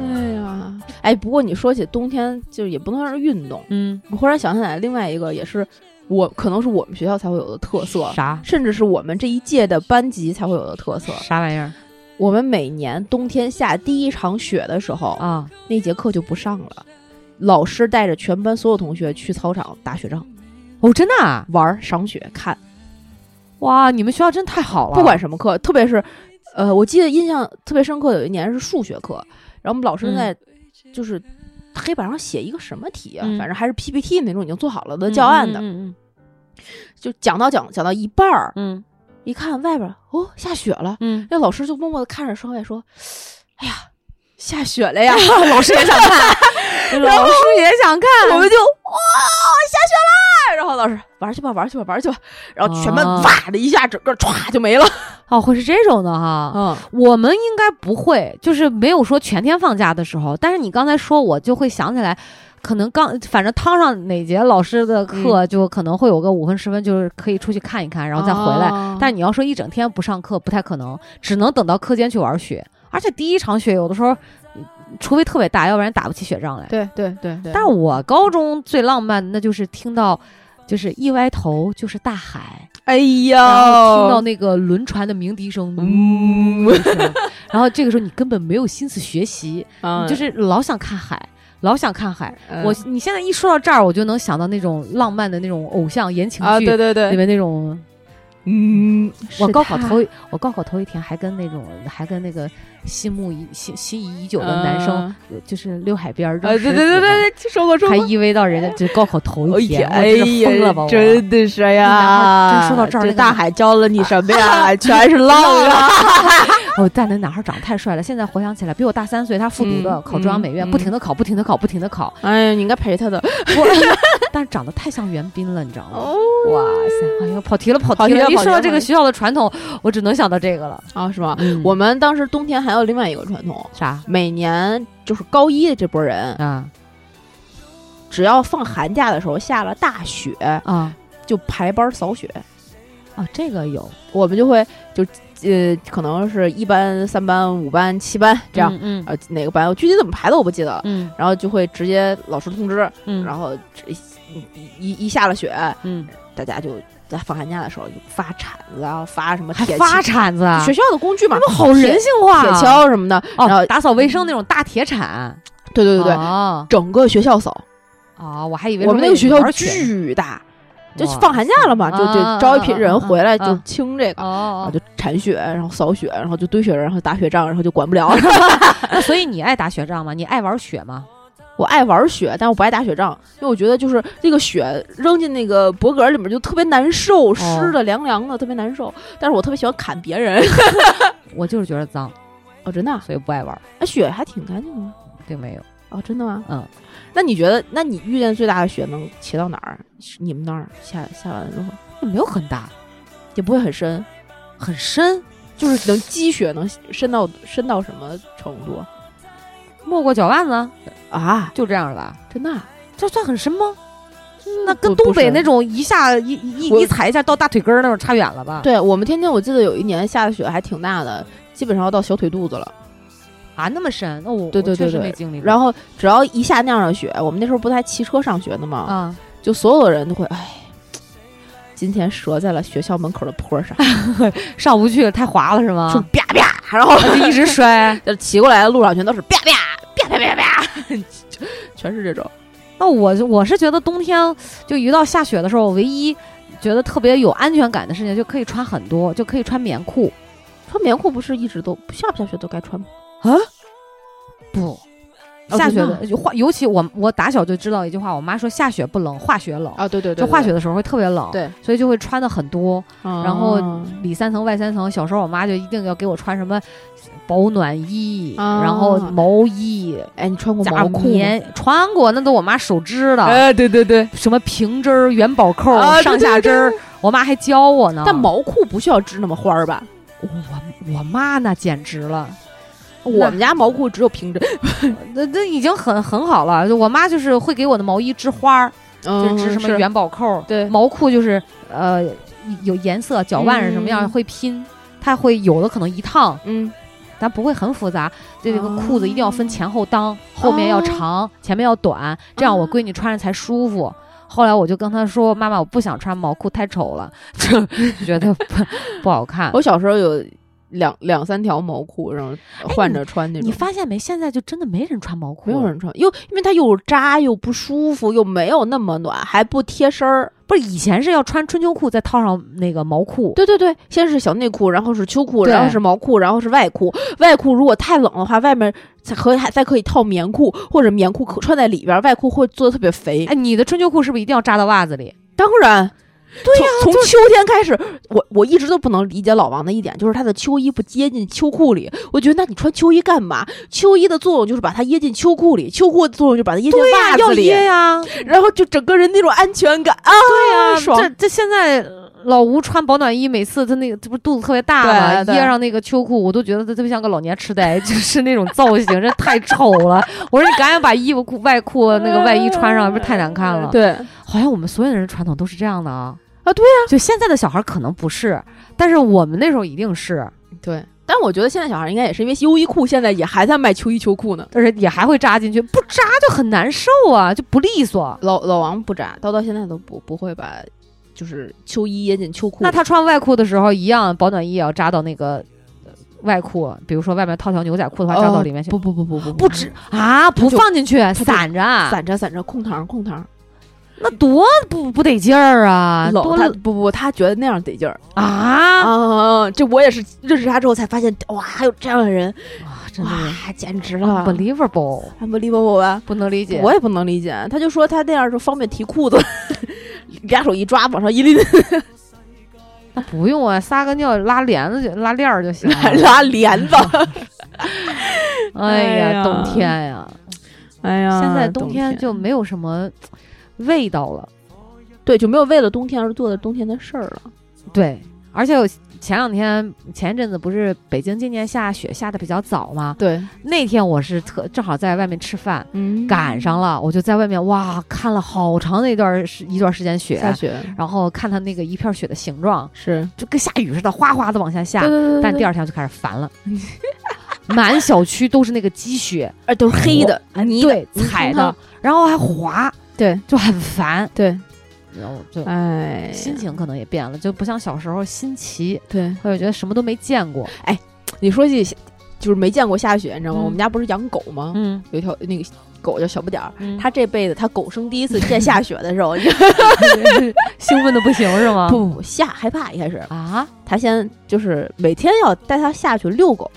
Speaker 1: 嗯
Speaker 2: 哎呀，哎，不过你说起冬天，就是也不能算是运动。
Speaker 1: 嗯，
Speaker 2: 我忽然想起来，另外一个也是我可能是我们学校才会有的特色，
Speaker 1: 啥
Speaker 2: 甚至是我们这一届的班级才会有的特色。
Speaker 1: 啥玩意儿
Speaker 2: 我们每年冬天下第一场雪的时候，
Speaker 1: 啊？
Speaker 2: 那节课就不上了，老师带着全班所有同学去操场打雪仗、
Speaker 1: 哦，真的啊？
Speaker 2: 玩儿、赏雪、看。
Speaker 1: 哇，你们学校真太好了。
Speaker 2: 不管什么课，特别是，呃，我记得印象特别深刻，有一年是数学课，然后我们老师
Speaker 1: 嗯
Speaker 2: 在就是黑板上写一个什么题啊，
Speaker 1: 嗯
Speaker 2: 反正还是 PPT 那种已经做好了的
Speaker 1: 嗯
Speaker 2: 教案的，
Speaker 1: 嗯
Speaker 2: 就讲到讲讲到一半儿，
Speaker 1: 嗯
Speaker 2: 一看外边儿哦下雪了，
Speaker 1: 嗯
Speaker 2: 那老师就默默的看着窗外说：“哎呀，下雪了呀！”
Speaker 1: 老师也想看，
Speaker 2: 嗯
Speaker 1: 老师也想看，
Speaker 2: 我们就哇、下雪啦！然后老师玩去吧，玩去吧，玩去吧，然后全班
Speaker 1: 啊
Speaker 2: 哇的一下，整个歘就没了。
Speaker 1: 哦，会是这种的哈。
Speaker 2: 嗯，
Speaker 1: 我们应该不会，就是没有说全天放假的时候。但是你刚才说，我就会想起来，可能刚反正趟上哪节老师的
Speaker 2: 嗯
Speaker 1: 课，就可能会有个五分十分，就是可以出去看一看，然后再回来。
Speaker 2: 哦
Speaker 1: 但你要说一整天不上课，不太可能，只能等到课间去玩雪。而且第一场雪有的时候，嗯除非特别大，要不然打不起雪仗来。
Speaker 2: 对对对对，
Speaker 1: 但是我高中最浪漫的，那就是听到。就是一歪头就是大海，
Speaker 2: 哎呀，
Speaker 1: 然后听到那个轮船的鸣笛声，
Speaker 2: 嗯，
Speaker 1: 然后这个时候你根本没有心思学习，你
Speaker 2: 嗯
Speaker 1: 就是老想看海，老想看海。
Speaker 2: 嗯
Speaker 1: 我你现在一说到这儿，我就能想到那种浪漫的那种偶像言情
Speaker 2: 啊，
Speaker 1: 剧
Speaker 2: 对对
Speaker 1: 里
Speaker 2: 对，
Speaker 1: 面那种
Speaker 2: 嗯，
Speaker 1: 我
Speaker 2: 是
Speaker 1: 高考
Speaker 2: 他
Speaker 1: 头一我高考头一天还跟那种还跟那个心目已心心仪已久的男生，有就是溜海边儿
Speaker 2: 呃，
Speaker 1: 扔
Speaker 2: 对
Speaker 1: 石
Speaker 2: 嗯对
Speaker 1: 子的，
Speaker 2: 对对对，说过说
Speaker 1: 还
Speaker 2: 过。
Speaker 1: 依偎到人家这高考头
Speaker 2: 哎
Speaker 1: 一天，
Speaker 2: 呀，
Speaker 1: 啊我
Speaker 2: 哎
Speaker 1: 真是疯了吧
Speaker 2: 呀，
Speaker 1: 我。
Speaker 2: 真的是
Speaker 1: 男孩
Speaker 2: 呀！
Speaker 1: 真说到这儿那个
Speaker 2: 大海教了你什么 呀？全是浪啊！
Speaker 1: 哦，但那男孩长得太帅了，现在回想起来，比我大三岁，他复读的，
Speaker 2: 嗯
Speaker 1: 考中央美院，
Speaker 2: 嗯
Speaker 1: 不停的考，不停的考，不停 的考，
Speaker 2: 哎呀，你应该陪他的。
Speaker 1: 我但是长得太像袁彬了，你知道吗？
Speaker 2: 哦
Speaker 1: 哇塞，哎呀，跑题了，跑
Speaker 2: 跑
Speaker 1: 题
Speaker 2: 题
Speaker 1: 了！
Speaker 2: 了
Speaker 1: 一
Speaker 2: 跑
Speaker 1: 说
Speaker 2: 题
Speaker 1: 到
Speaker 2: 了
Speaker 1: 这
Speaker 2: 跑
Speaker 1: 个
Speaker 2: 题
Speaker 1: 学校的传统，我只能想到这个了。
Speaker 2: 啊，是吗？
Speaker 1: 嗯
Speaker 2: 我们当时冬天还有另外一个传统，
Speaker 1: 啥
Speaker 2: 每年就是高一的这波人，
Speaker 1: 啊
Speaker 2: 只要放寒假的时候下了大雪，
Speaker 1: 啊
Speaker 2: 就排班扫雪。
Speaker 1: 啊？这个有
Speaker 2: 我们就会就呃，可能是一班、三班、五班、七班这样，，
Speaker 1: 嗯
Speaker 2: 呃，哪个班我具体怎么排的我不记得了。
Speaker 1: 嗯
Speaker 2: 然后就会直接老师通知，
Speaker 1: 嗯，
Speaker 2: 然后这一一一下了雪，
Speaker 1: 嗯，
Speaker 2: 大家就在放寒假的时候就发铲子啊，发什么
Speaker 1: 还
Speaker 2: 铁
Speaker 1: 发
Speaker 2: 锨
Speaker 1: 铲子啊？
Speaker 2: 学校的工具嘛，
Speaker 1: 这好人性化
Speaker 2: 铁
Speaker 1: 啊，
Speaker 2: 锹什么的。然
Speaker 1: 哦，
Speaker 2: 后
Speaker 1: 打扫卫生那种大铁铲，
Speaker 2: 对对对对，
Speaker 1: 哦
Speaker 2: 整个学校扫。
Speaker 1: 哦，我还以为
Speaker 2: 我们
Speaker 1: 是
Speaker 2: 那个
Speaker 1: 为
Speaker 2: 学
Speaker 1: 了
Speaker 2: 校
Speaker 1: 玩犬
Speaker 2: 巨大，就
Speaker 1: 哇
Speaker 2: 放寒假了嘛，
Speaker 1: 塞
Speaker 2: 就
Speaker 1: 啊
Speaker 2: 就招一批人回来
Speaker 1: 啊啊啊
Speaker 2: 就清这个，然后
Speaker 1: 哦，
Speaker 2: 就铲雪，然后扫雪，然后就堆雪人，然后打雪仗，然后就管不了。
Speaker 1: 那所以你爱打雪仗吗？你爱玩雪吗？
Speaker 2: 我爱玩雪，但我不爱打雪仗，因为我觉得就是那个雪扔进那个脖梗里面就特别难受，湿的凉凉的，特别难受。但是我特别喜欢砍别人，
Speaker 1: 我就是觉得脏，
Speaker 2: 哦，真的啊，
Speaker 1: 所以不爱玩，
Speaker 2: 哎雪还挺干净的。
Speaker 1: 并没有。
Speaker 2: 哦，真的吗？
Speaker 1: 嗯，
Speaker 2: 那你觉得，那你遇见最大的雪能骑到哪儿？是你们那儿下下完了之后
Speaker 1: 也没有很大，
Speaker 2: 也不会很深，
Speaker 1: 很深，
Speaker 2: 就是能积雪能深到深到什么程度
Speaker 1: 没过脚腕子，
Speaker 2: 啊？
Speaker 1: 就这样了吧？
Speaker 2: 真的啊、
Speaker 1: 这算很深吗？那跟
Speaker 2: 嗯不
Speaker 1: 东北
Speaker 2: 不深
Speaker 1: 那种一下一一
Speaker 2: 我
Speaker 1: 一踩一下到大腿根儿那种差远了吧？
Speaker 2: 对我们天津，我记得有一年下的雪还挺大的，基本上要到小腿肚子了。
Speaker 1: 啊，那么深，那我
Speaker 2: 对对
Speaker 1: 我确
Speaker 2: 对
Speaker 1: 实
Speaker 2: 对
Speaker 1: 没经历过。
Speaker 2: 然后只要一下那样的雪，我们那时候不太骑车上学的嘛，
Speaker 1: 啊，
Speaker 2: 就所有的人都会哎，今天折在了学校门口的坡上，
Speaker 1: 上不去，太滑了是吗
Speaker 2: 就？啪啪，然后
Speaker 1: 就一直摔。
Speaker 2: 就骑过来的路上全都是啪啪啪啪啪啪， 全是这种。
Speaker 1: 那我就我是觉得冬天就一到下雪的时候，我唯一觉得特别有安全感的事情，就可以穿很多，就可以穿棉裤。
Speaker 2: 穿棉裤不是一直都下不下雪都该穿吗？
Speaker 1: 不，
Speaker 2: 啊哦
Speaker 1: 下雪
Speaker 2: 真的
Speaker 1: 的就化，尤其我我打小就知道一句话，我妈说下雪不冷，化雪冷。
Speaker 2: 啊，对对啊
Speaker 1: 就化雪，的时候会特别冷，
Speaker 2: 对，
Speaker 1: 所以就会穿的很多，
Speaker 2: 然
Speaker 1: 然后里三层外三层。小时候我妈就一定要给我穿什么保暖衣，
Speaker 2: 啊
Speaker 1: 然后毛衣、
Speaker 2: 哎，你穿过
Speaker 1: 加
Speaker 2: 毛裤吗？
Speaker 1: 棉，穿过那都我妈手织的。
Speaker 2: 哎，对对对，
Speaker 1: 什么平针儿、元宝扣儿、
Speaker 2: 啊对
Speaker 1: 上下针儿，我妈还教我呢。
Speaker 2: 但毛裤不需要织那么花儿吧？
Speaker 1: 我妈那简直了，
Speaker 2: 我们家毛裤只有平针，
Speaker 1: 那那已经很很好了。就我妈就是会给我的毛衣织花儿，就是
Speaker 2: 嗯
Speaker 1: 织什么
Speaker 2: 是
Speaker 1: 元宝扣儿，
Speaker 2: 对
Speaker 1: 毛裤就是呃有颜色，脚腕是什么样、
Speaker 2: 嗯
Speaker 1: 会拼，它会有的可能一趟，
Speaker 2: 嗯，
Speaker 1: 但不会很复杂。这个
Speaker 2: 哦
Speaker 1: 裤子一定要分前后裆，后面要长，前面要短，这样我闺女穿着才舒服。后来我就跟她说：“妈妈，我不想穿毛裤，太丑了，就觉得不不好看。
Speaker 2: 我小时候有两两三条毛裤，然后换着穿”那种。
Speaker 1: 你发现没？现在就真的没人穿毛裤
Speaker 2: 没
Speaker 1: 了，
Speaker 2: 有人穿，又因为它又扎又不舒服，又没有那么暖，还不贴身儿。
Speaker 1: 不是以前是要穿春秋裤，再套上那个毛裤。
Speaker 2: 对对对，先是小内裤，然后是秋裤，
Speaker 1: 对
Speaker 2: 然后是毛裤，然后是外裤。外裤如果太冷的话，外面才可以还再可以套棉裤，或者棉裤可穿在里边儿，外裤会做的特别肥。
Speaker 1: 哎，你的春秋裤是不是一定要扎到袜子里？
Speaker 2: 当然，对呀、从秋天开始，我我一直都不能理解老王的一点，就是他的秋衣不接进秋裤里。我觉得，那你穿秋衣干嘛？秋衣的作用就是把它掖进秋裤里，秋裤的作用就把它掖进袜
Speaker 1: 要
Speaker 2: 子里，
Speaker 1: 掖呀、
Speaker 2: 然后就整个人那种安全感啊，
Speaker 1: 对呀、
Speaker 2: 爽
Speaker 1: 这这现在老吴穿保暖衣，每次他那个这不是肚子特别大嘛，
Speaker 2: 对对
Speaker 1: 掖上那个秋裤，我都觉得他特别像个老年痴呆， 就是那种造型，这太丑了。我说你赶紧把衣服裤外裤那个外衣穿上，不是太难看了？，
Speaker 2: 对，
Speaker 1: 好像我们所有的人传统都是这样的啊。
Speaker 2: 啊对
Speaker 1: 呀、就现在的小孩可能不是，但是我们那时候一定是，
Speaker 2: 对。但我觉得现在小孩应该也是因为优衣库现在也还在卖秋衣秋裤呢。
Speaker 1: 而且也还会扎进去，不扎就很难受啊，就不利索。
Speaker 2: 老老王不扎，到到现在都不不会把就是秋衣掖进秋裤。
Speaker 1: 那他穿外裤的时候，一样保暖衣也要扎到那个呃外裤，比如说外面套条牛仔裤的话，扎到里面去。
Speaker 2: 哦不不不不不
Speaker 1: 哦不止啊，不
Speaker 2: 就
Speaker 1: 放进去，
Speaker 2: 就
Speaker 1: 散着啊，
Speaker 2: 散着散着空膛空膛，
Speaker 1: 那多不不得劲儿啊，
Speaker 2: 冷
Speaker 1: 多
Speaker 2: 他不不，他觉得那样得劲儿
Speaker 1: 啊，
Speaker 2: 啊！这我也是认识他之后才发现，哇，还有这样的人，
Speaker 1: 真的是
Speaker 2: 哇，简直了
Speaker 1: unbelievable，
Speaker 2: ，unbelievable 吧？
Speaker 1: 不能理解。
Speaker 2: 我也不能理解，他就说他那样就方便提裤子， 俩手一抓往上一拎，
Speaker 1: 不用啊，撒个尿拉帘子就 拉链儿就行了。
Speaker 2: 拉帘 子。
Speaker 1: 哎
Speaker 2: 哎
Speaker 1: 呀，啊
Speaker 2: 呀
Speaker 1: 冬天呀，
Speaker 2: 哎呀
Speaker 1: 现在冬天就没有什么味道了。
Speaker 2: 对就没有为了冬天而做的冬天的事儿了。
Speaker 1: 对，而且我前两天前一阵子不是北京今年下雪下的比较早吗？
Speaker 2: 对，
Speaker 1: 那天我是特正好在外面吃饭，
Speaker 2: 嗯
Speaker 1: 赶上了，我就在外面哇看了好长的一段时一段时间雪，
Speaker 2: 下雪
Speaker 1: 然后看它那个一片雪的形状，
Speaker 2: 是，
Speaker 1: 就跟下雨似的，哗哗的往下下。
Speaker 2: 对
Speaker 1: 但第
Speaker 2: 二
Speaker 1: 二天我就开始烦 了，满小区都是那个积雪，
Speaker 2: 哎都是黑的，
Speaker 1: 泥
Speaker 2: 的
Speaker 1: 对
Speaker 2: 泥
Speaker 1: 踩
Speaker 2: 坑
Speaker 1: 的，然后还滑，
Speaker 2: 对
Speaker 1: 就很烦。
Speaker 2: 对，
Speaker 1: 然后就
Speaker 2: 哎
Speaker 1: 心情可能也变了，就不像小时候新奇，
Speaker 2: 对，
Speaker 1: 或者觉得什么都没见过。
Speaker 2: 你说起就是没见过下雪，你知道吗？
Speaker 1: 嗯
Speaker 2: 我们家不是养狗吗？
Speaker 1: 嗯，
Speaker 2: 有一条那个狗叫小不点儿，
Speaker 1: 他
Speaker 2: 它这辈子它狗生第一次见下雪的时候，你
Speaker 1: 兴奋的不行是吗？
Speaker 2: 不不不吓害怕一开始，
Speaker 1: 啊，
Speaker 2: 他先就是每天要带它下去遛狗，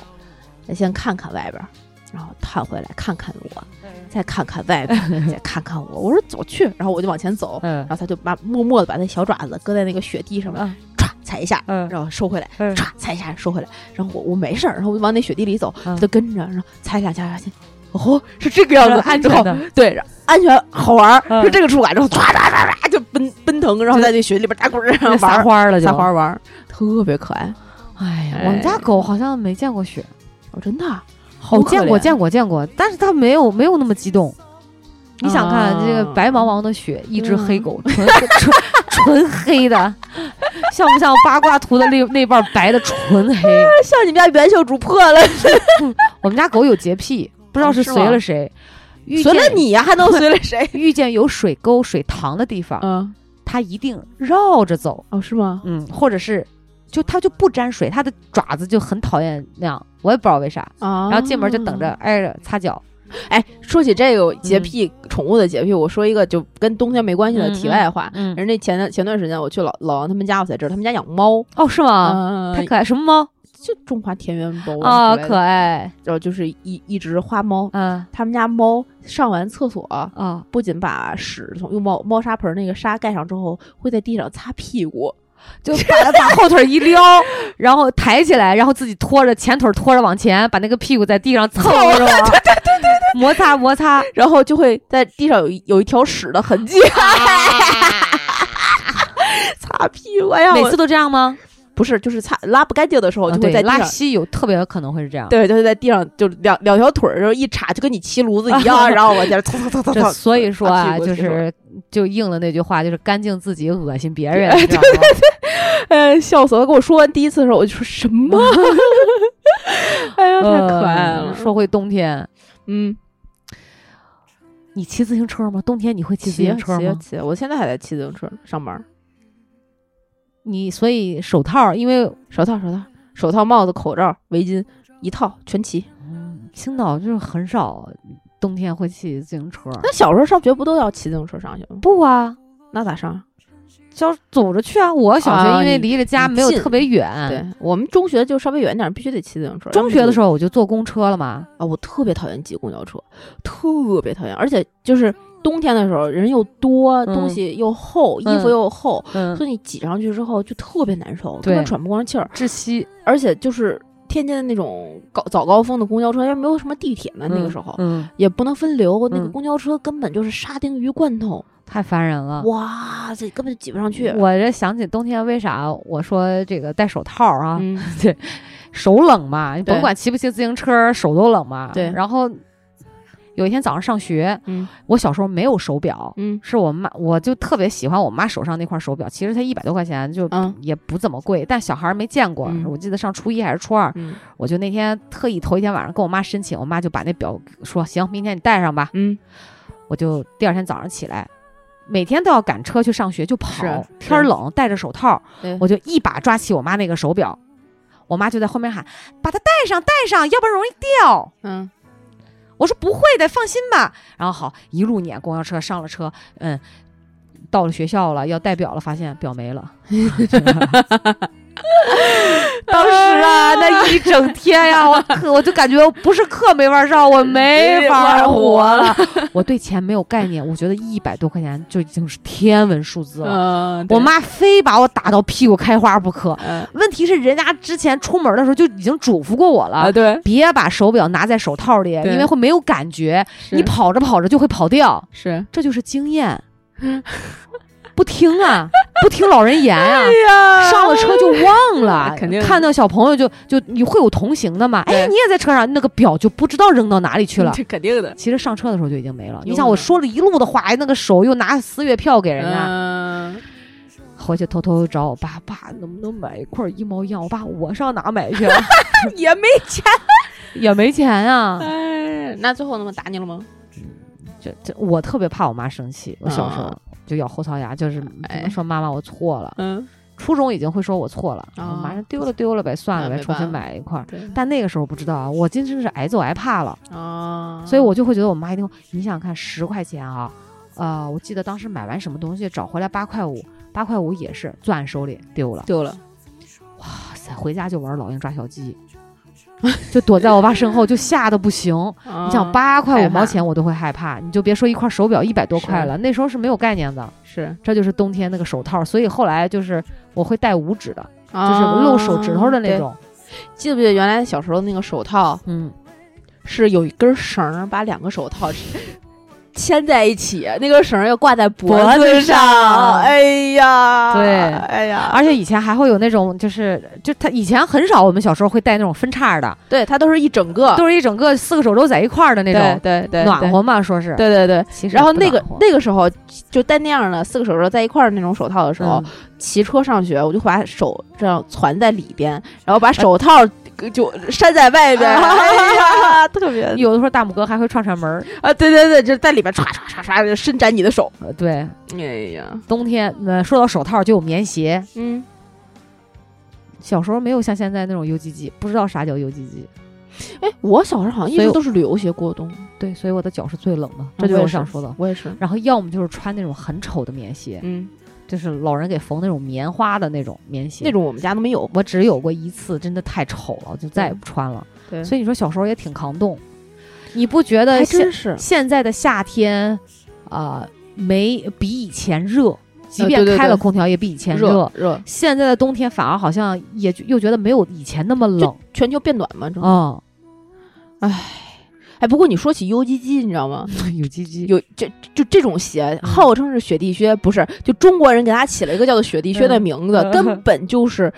Speaker 2: 他先看看外边儿，然后探回来看看我， 再看看外边儿，再看看我。我说走去，然后我就往前走，
Speaker 1: 嗯
Speaker 2: 然后他就把默默的把那小爪子搁在那个雪地上面，
Speaker 1: 嗯
Speaker 2: 歘踩一下，
Speaker 1: 嗯
Speaker 2: 然后收回来，
Speaker 1: 嗯
Speaker 2: 歘踩一下收回来。然后我我没事儿，然后我就往那雪地里走，
Speaker 1: 嗯
Speaker 2: 他就跟着，然后踩两下发现，哦是这个样子，
Speaker 1: 安
Speaker 2: 之
Speaker 1: 全
Speaker 2: 后
Speaker 1: 的，
Speaker 2: 对，然后安全好玩儿，
Speaker 1: 嗯
Speaker 2: 是这个触感，然后唰唰唰唰就奔奔腾，然后在那雪里边打滚儿，然后玩
Speaker 1: 撒
Speaker 2: 儿
Speaker 1: 欢儿了就
Speaker 2: 撒欢。儿玩儿，特别可爱。
Speaker 1: 哎呀，我们家
Speaker 2: 哎
Speaker 1: 狗好像没见过雪，
Speaker 2: 哦，真的啊，
Speaker 1: 我
Speaker 2: 好可
Speaker 1: 见过
Speaker 2: 怜
Speaker 1: 见过见过，但是它没有没有那么激动。你想看这个
Speaker 2: 啊
Speaker 1: 白茫茫的雪，一只
Speaker 2: 嗯
Speaker 1: 黑狗，纯纯纯黑的，像不像八卦图的那那半白的纯黑？
Speaker 2: 像你们家元秀主破了，
Speaker 1: 我们家狗有洁癖，不知道
Speaker 2: 哦
Speaker 1: 是
Speaker 2: 是
Speaker 1: 随
Speaker 2: 吗
Speaker 1: 了谁， 遇
Speaker 2: 随
Speaker 1: 见？
Speaker 2: 了你呀，还能随了谁
Speaker 1: 遇见有水沟、水塘的地方，
Speaker 2: 嗯，
Speaker 1: 它一定绕着走，
Speaker 2: 哦，是吗？
Speaker 1: 嗯，或者是就它就不沾水，它的爪子就很讨厌那样，我也不知道为啥。
Speaker 2: 啊，
Speaker 1: 然后进门就等着。挨着擦脚，
Speaker 2: 哎，说起这个洁癖，宠物的洁癖，我说一个就跟冬天没关系的
Speaker 1: 嗯
Speaker 2: 题外话。
Speaker 1: 嗯，
Speaker 2: 人家前段前段时间我去老老王他们家，我才知道他们家养猫
Speaker 1: 哦，是吗？
Speaker 2: 啊
Speaker 1: 太可爱，什么猫
Speaker 2: 就中华田园猫
Speaker 1: 啊？可，爱，
Speaker 2: 然后就是一一只花猫。
Speaker 1: 嗯
Speaker 2: 他们家猫上完厕所，
Speaker 1: 啊，
Speaker 2: 不仅把屎从用猫猫砂盆那个沙盖上之后，会在地上擦屁 股，
Speaker 1: 就把它把后腿一撩，然后抬起来，然后自己拖着前腿拖着往前，把那个屁股在地上蹭，是吧？摩擦摩擦，
Speaker 2: 然后就会在地上有一有一条屎的痕迹，啊 擦屁股哎呀！
Speaker 1: 每
Speaker 2: 我
Speaker 1: 次都这样吗？
Speaker 2: 不是就是擦拉不干净的时候，就
Speaker 1: 啊
Speaker 2: 会
Speaker 1: 对，
Speaker 2: 在地
Speaker 1: 拉
Speaker 2: 上、
Speaker 1: 稀有特别可能会是这样。
Speaker 2: 对，就是在地上就两两条腿儿，然后一插，就跟你骑炉子一 样，然后往地上蹭蹭蹭蹭
Speaker 1: 这
Speaker 2: 蹭。
Speaker 1: 所以说啊，
Speaker 2: 擦屁股
Speaker 1: 就
Speaker 2: 这种
Speaker 1: 是就应了那句话，就是干净自己，恶心别人，知道吗？
Speaker 2: 哎，笑死了！跟我说完第一次的时候，我就说什么？ 哎 呀，太可爱了
Speaker 1: 呃。说回冬天，
Speaker 2: 嗯，
Speaker 1: 你骑自行车吗？冬天你会骑自
Speaker 2: 骑
Speaker 1: 行
Speaker 2: 啊
Speaker 1: 车
Speaker 2: 骑啊
Speaker 1: 吗？
Speaker 2: 骑啊，我现在还在骑自行车上班儿，
Speaker 1: 你所以手套，因为
Speaker 2: 手套、手套、手套、帽子、口罩、围巾一套全齐。
Speaker 1: 青岛就是很少冬天会骑自行车。
Speaker 2: 那小时候上学不都要骑自行车上学吗？
Speaker 1: 不啊，
Speaker 2: 那咋上啊？
Speaker 1: 就走着去啊。我小学
Speaker 2: 啊
Speaker 1: 因为
Speaker 2: 你
Speaker 1: 离着家
Speaker 2: 你
Speaker 1: 没有
Speaker 2: 近
Speaker 1: 特别远，
Speaker 2: 对我们中学就稍微远点儿，必须得骑自行车。
Speaker 1: 嗯中学的时
Speaker 2: 候
Speaker 1: 候我就坐公车了嘛。
Speaker 2: 啊，我特别讨厌挤公交车，特别讨厌，而且就是冬天的时候人又多，
Speaker 1: 嗯
Speaker 2: 东西又厚，衣服
Speaker 1: 嗯
Speaker 2: 又厚，
Speaker 1: 嗯，
Speaker 2: 所以你挤上去之后就特别难受，
Speaker 1: 对
Speaker 2: 根本喘不过气儿，
Speaker 1: 窒息
Speaker 2: 而且就是。天津的那种高早高峰的公交车，因为没有什么地铁呢，那个时候、
Speaker 1: 嗯，
Speaker 2: 也不能分流，那个
Speaker 1: 嗯
Speaker 2: 公交车根本就是沙丁鱼罐头，
Speaker 1: 太烦人了。
Speaker 2: 哇塞，根本就挤不上去。
Speaker 1: 啊我这想起冬天为啥我说这个戴手套啊，
Speaker 2: 嗯，
Speaker 1: 手冷嘛，你
Speaker 2: 对
Speaker 1: 甭管骑不骑自行车，手都冷嘛。
Speaker 2: 对
Speaker 1: 然后有一天早上上学，
Speaker 2: 嗯
Speaker 1: 我小时候没有手表，
Speaker 2: 嗯
Speaker 1: 是我妈，我就特别喜欢我妈手上那块手表，其实才一百多块钱，就
Speaker 2: 嗯
Speaker 1: 也不怎么贵，但小孩儿没见过。
Speaker 2: 嗯
Speaker 1: 我记得上初一还是初二，
Speaker 2: 嗯
Speaker 1: 我就那天特意头一天晚上跟我妈申请，我妈就把那表说行，明天你戴上吧。
Speaker 2: 嗯，
Speaker 1: 我就第二天早上起来。每天都要赶车去上学，就跑
Speaker 2: 是。
Speaker 1: 天
Speaker 2: 是
Speaker 1: 儿冷，戴着手套，
Speaker 2: 对
Speaker 1: 我就一把抓起我妈那个手表，我妈就在后面喊：“把它戴上，戴上，要不然容易掉。
Speaker 2: 嗯，”
Speaker 1: 我说：“不会的，放心吧。”然后好，一路撵公交车，上了车，嗯，到了学校了，要代表了，发现表没了。 当时 啊，那一整天呀、我可我就感觉不是课没法上，我没法活了。我对钱没有概念，我觉得一百多块钱就已经是天文数字了。
Speaker 2: 嗯，
Speaker 1: 我妈啊非把我打到屁股开花不可。
Speaker 2: 嗯
Speaker 1: 问题是，人家之前出门的时候就已经嘱咐过我了，
Speaker 2: 啊，对，
Speaker 1: 别把手表拿在手套里，
Speaker 2: 对
Speaker 1: 因为会没有感觉，你
Speaker 2: 是
Speaker 1: 跑哎着跑着就会跑掉，
Speaker 2: 是
Speaker 1: 这就是经 验。不听啊，不听老人言啊，
Speaker 2: 哎呀
Speaker 1: 上了车就忘了
Speaker 2: 那，肯定
Speaker 1: 看到小朋友就就你会有同行的嘛，哎，
Speaker 2: 对
Speaker 1: 你也在车上，那个表就不知道扔到哪里去了。
Speaker 2: 这肯定的。
Speaker 1: 其实上车的时候就已经没了。你
Speaker 2: 有
Speaker 1: 想，我
Speaker 2: 呢
Speaker 1: 说了一路的话，哎那个手又拿四月票给人家，
Speaker 2: 嗯，
Speaker 1: 回去偷偷找我爸，爸能不能买一块一毛一样？我爸，我上哪买去啊？
Speaker 2: 也没钱。
Speaker 1: 也没钱 啊。
Speaker 2: 哎， 那最后他们打你了吗？
Speaker 1: 这这，我特别怕我妈生气。我小时候
Speaker 2: 啊
Speaker 1: 就咬后槽牙，就是
Speaker 2: 哎
Speaker 1: 只能说妈妈我错了。
Speaker 2: 嗯，
Speaker 1: 初中已经会说我错了，
Speaker 2: 啊
Speaker 1: 马上丢了丢了呗，算了
Speaker 2: 那
Speaker 1: 呗，
Speaker 2: 没
Speaker 1: 重新
Speaker 2: 办法
Speaker 1: 买一块儿。
Speaker 2: 对
Speaker 1: 但那个时候不知道啊，我真真是挨揍挨怕了，
Speaker 2: 啊，
Speaker 1: 所以我就会觉得我妈一定会。你想想看，十块钱啊，呃，我记得当时买完什么东西找回来八块五，八块五也是攥手里丢了。
Speaker 2: 丢了。
Speaker 1: 哇塞，回家就玩老鹰抓 小鸡，就躲在我爸身后，就吓得不行。
Speaker 2: 你
Speaker 1: 你想八块
Speaker 2: 啊害
Speaker 1: 五毛
Speaker 2: 怕
Speaker 1: 钱我都会害怕，你就别说一块手表一百多块
Speaker 2: 是
Speaker 1: 了，那时候是没有概念的。
Speaker 2: 是，
Speaker 1: 这就是冬天那个手套，所以后来就是我会戴五指的，
Speaker 2: 就
Speaker 1: 就是露手指头的那。种。
Speaker 2: 哦记不记得原来小时候那个手套
Speaker 1: 嗯，
Speaker 2: 是有一根绳儿把两个手套 牵在一起，那根绳儿要挂在
Speaker 1: 脖
Speaker 2: 子
Speaker 1: 子上
Speaker 2: 哎呀，
Speaker 1: 对
Speaker 2: 哎呀，
Speaker 1: 而且以前还会有那种，就是就他以前很少，我们小时候会戴那种分叉的，
Speaker 2: 对，它都是一整个，
Speaker 1: 都是一整个四个手肘在一块儿的那
Speaker 2: 对
Speaker 1: 种，
Speaker 2: 对啊对，
Speaker 1: 暖
Speaker 2: 对
Speaker 1: 和嘛，说是。
Speaker 2: 对对对。
Speaker 1: 其实
Speaker 2: 然后
Speaker 1: 不
Speaker 2: 那个
Speaker 1: 暖和
Speaker 2: 那个时候就戴那样的四个手手在一块儿那种手套的时候
Speaker 1: 嗯，
Speaker 2: 骑车上学，我就把手这样攒在里边，然后把手套就扇在外边， 哎呀， 特别
Speaker 1: 有的时候大拇哥还会串串门儿。
Speaker 2: 啊，对对对，就是在里边唰唰唰唰就伸展你的手，
Speaker 1: 呃对，
Speaker 2: 哎呀，
Speaker 1: 冬天呃说到手套就有棉鞋，
Speaker 2: 嗯，
Speaker 1: 小时候没有像现在那种 UGG，不知道啥叫 UGG。
Speaker 2: 哎，我小时候好像一
Speaker 1: 所以
Speaker 2: 直
Speaker 1: 我
Speaker 2: 都是旅游鞋过冬，
Speaker 1: 对，所以我的脚是最冷的，这就是我想说的。
Speaker 2: 嗯我也是，
Speaker 1: 然后要么就是穿那种很丑的棉鞋，
Speaker 2: 嗯，
Speaker 1: 就是老人给缝那种棉花的那种棉鞋，
Speaker 2: 那种我们家都没有，
Speaker 1: 我只有过一次，真的太丑了，我就再也不穿了。
Speaker 2: 嗯对
Speaker 1: 所以你说小时候也挺抗冻，你不觉得
Speaker 2: 还
Speaker 1: 现
Speaker 2: 真是，
Speaker 1: 现在的夏天，啊，没比以前热，即
Speaker 2: 呃
Speaker 1: 便
Speaker 2: 对对
Speaker 1: 开了
Speaker 2: 对
Speaker 1: 空调也比以前
Speaker 2: 热热，
Speaker 1: 现在的冬天反而好像也就又觉得没有以前那么冷
Speaker 2: 全球变暖嘛，这
Speaker 1: 啊，
Speaker 2: 哎，不过你说起 UGG，你知道吗？
Speaker 1: 有鸡鸡
Speaker 2: 嗯有这就这种鞋，
Speaker 1: 嗯
Speaker 2: 号称是雪地靴，不是？就中国人给它起了一个叫做雪地靴的
Speaker 1: 嗯
Speaker 2: 名字，
Speaker 1: 嗯
Speaker 2: 根本就是，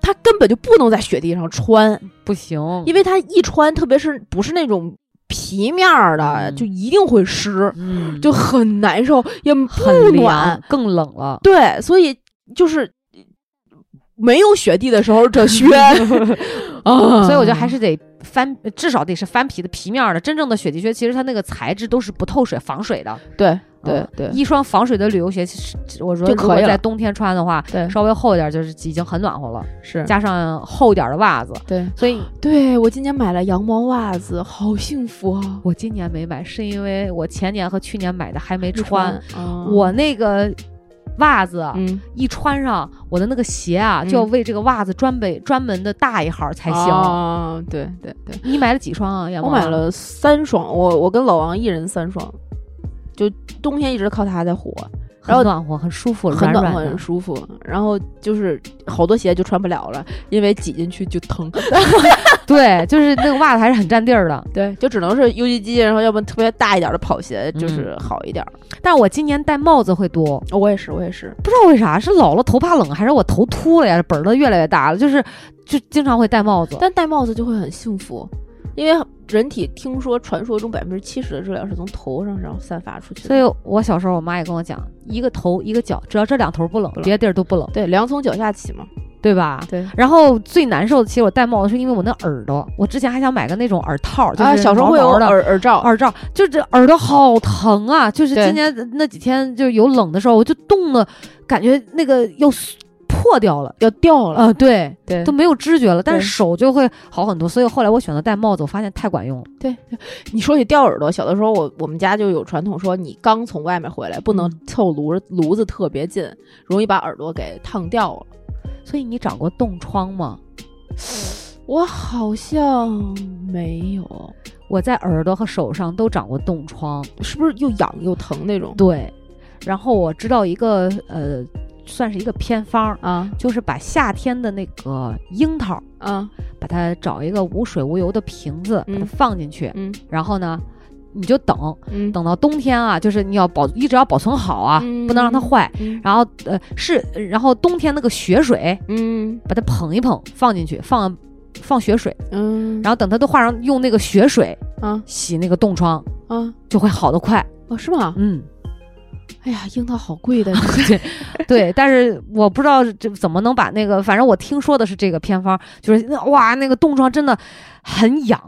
Speaker 2: 它根本就不能在雪地上穿，
Speaker 1: 不行，
Speaker 2: 因为它一穿，特别是不是那种皮面儿的，
Speaker 1: 嗯
Speaker 2: 就一定会湿，
Speaker 1: 嗯
Speaker 2: 就很难受，也不
Speaker 1: 很凉
Speaker 2: 暖。，
Speaker 1: 更冷了。
Speaker 2: 对，所以就是没有雪地的时候，这 靴啊，
Speaker 1: 所以我觉得还是得翻，至少得是翻皮的皮面儿的。真正的雪地靴其实它那个材质都是不透水、防水的。
Speaker 2: 对对
Speaker 1: 嗯
Speaker 2: 对
Speaker 1: 一双防水的旅游鞋，其实我说
Speaker 2: 就
Speaker 1: 如
Speaker 2: 可
Speaker 1: 果
Speaker 2: 以了
Speaker 1: 在冬天穿的话，
Speaker 2: 对，
Speaker 1: 稍微厚一点就是已经很暖和了，
Speaker 2: 是啊
Speaker 1: 加上厚一点的袜子。
Speaker 2: 对。
Speaker 1: 所以
Speaker 2: 对我今年买了羊毛袜子，好幸福啊！
Speaker 1: 我今年没买，是因为我前年和去年买的还没
Speaker 2: 没
Speaker 1: 穿。
Speaker 2: 啊
Speaker 1: 我那个袜子啊
Speaker 2: 嗯
Speaker 1: 一穿上，我的那个鞋啊，
Speaker 2: 嗯
Speaker 1: 就要为这个袜子专门专门的大一号才行。
Speaker 2: 啊，对对对，
Speaker 1: 你买了几双啊？杨
Speaker 2: 我
Speaker 1: 萌
Speaker 2: 买了三双，我我跟老王一人三双，就冬天一直靠它在火，然
Speaker 1: 很
Speaker 2: 后
Speaker 1: 暖和，很舒服，
Speaker 2: 很
Speaker 1: 软
Speaker 2: 暖
Speaker 1: 软
Speaker 2: 和，
Speaker 1: 的
Speaker 2: 很。舒服。然后就是好多鞋就穿不了了，因为挤进去就疼。
Speaker 1: 对，就是那个袜子还是很占地儿的。
Speaker 2: 对，就只能是 UGG，然后要不然特别大一点的跑鞋就是好一点。
Speaker 1: 但我今年戴帽子会多，
Speaker 2: 哦我也是，我也是，
Speaker 1: 不知道为啥是老了头怕冷，还是我头秃了呀？本儿都越来越大了，就是就经常会戴帽子。
Speaker 2: 但戴帽子就会很幸福，因为人体听说传说中百分之七十的热量是从头上然后散发出去
Speaker 1: 所
Speaker 2: 的。
Speaker 1: 以我小时候，我妈也跟我讲，一个头一个脚，只要这两头不冷，
Speaker 2: 不冷
Speaker 1: 别的地儿都不冷，
Speaker 2: 对，凉从脚下起嘛。啊
Speaker 1: 对吧？
Speaker 2: 对，
Speaker 1: 然后最难受的，其实我戴帽子是因为我那耳朵，我之前还想买个那种耳套，就是
Speaker 2: 啊，小时候会有
Speaker 1: 毛毛的
Speaker 2: 耳耳罩，
Speaker 1: 耳罩，就这耳朵好疼啊！就是
Speaker 2: 对
Speaker 1: 今年那几天就是有冷的时候，我就冻的感觉那个要撕破破掉了。
Speaker 2: 要掉了，
Speaker 1: 啊，对，
Speaker 2: 对
Speaker 1: 都没有知觉了，但是
Speaker 2: 对
Speaker 1: 手就会好很多。所以后来我选择戴帽子，我发现太管用了。
Speaker 2: 对对，你说起掉耳朵，小的时候我我们家就有传统说，你刚从外面回来，不能
Speaker 1: 嗯
Speaker 2: 凑炉炉子特别近，容易把耳朵给烫掉了。
Speaker 1: 所以你长过冻疮吗？
Speaker 2: 我好像没有，
Speaker 1: 我在耳朵和手上都长过冻疮，
Speaker 2: 是不是又痒又疼那种
Speaker 1: 对。然后我知道一个呃，算是一个偏方儿，
Speaker 2: 啊
Speaker 1: 就是把夏天的那个樱桃，
Speaker 2: 啊？
Speaker 1: 把它找一个无水无油的瓶子，把它
Speaker 2: 嗯
Speaker 1: 放进去，
Speaker 2: 嗯
Speaker 1: 然后呢，你就等
Speaker 2: 嗯，
Speaker 1: 等到冬天啊，就是你要保一直要保存好啊，
Speaker 2: 嗯
Speaker 1: 不能让它坏。
Speaker 2: 嗯
Speaker 1: 然后呃是，然后冬天那个雪水
Speaker 2: 嗯
Speaker 1: 把它捧一捧放进去，放放雪水，
Speaker 2: 嗯，
Speaker 1: 然后等它都化上，用那个雪水
Speaker 2: 啊
Speaker 1: 洗那个冻疮，
Speaker 2: 啊
Speaker 1: 就会好得快。
Speaker 2: 哦是吗？
Speaker 1: 嗯，
Speaker 2: 哎呀，樱桃好贵的，
Speaker 1: 对，但是我不知道这怎么能把那个，反正我听说的是这个偏方，就是那哇，那个冻疮真的很痒，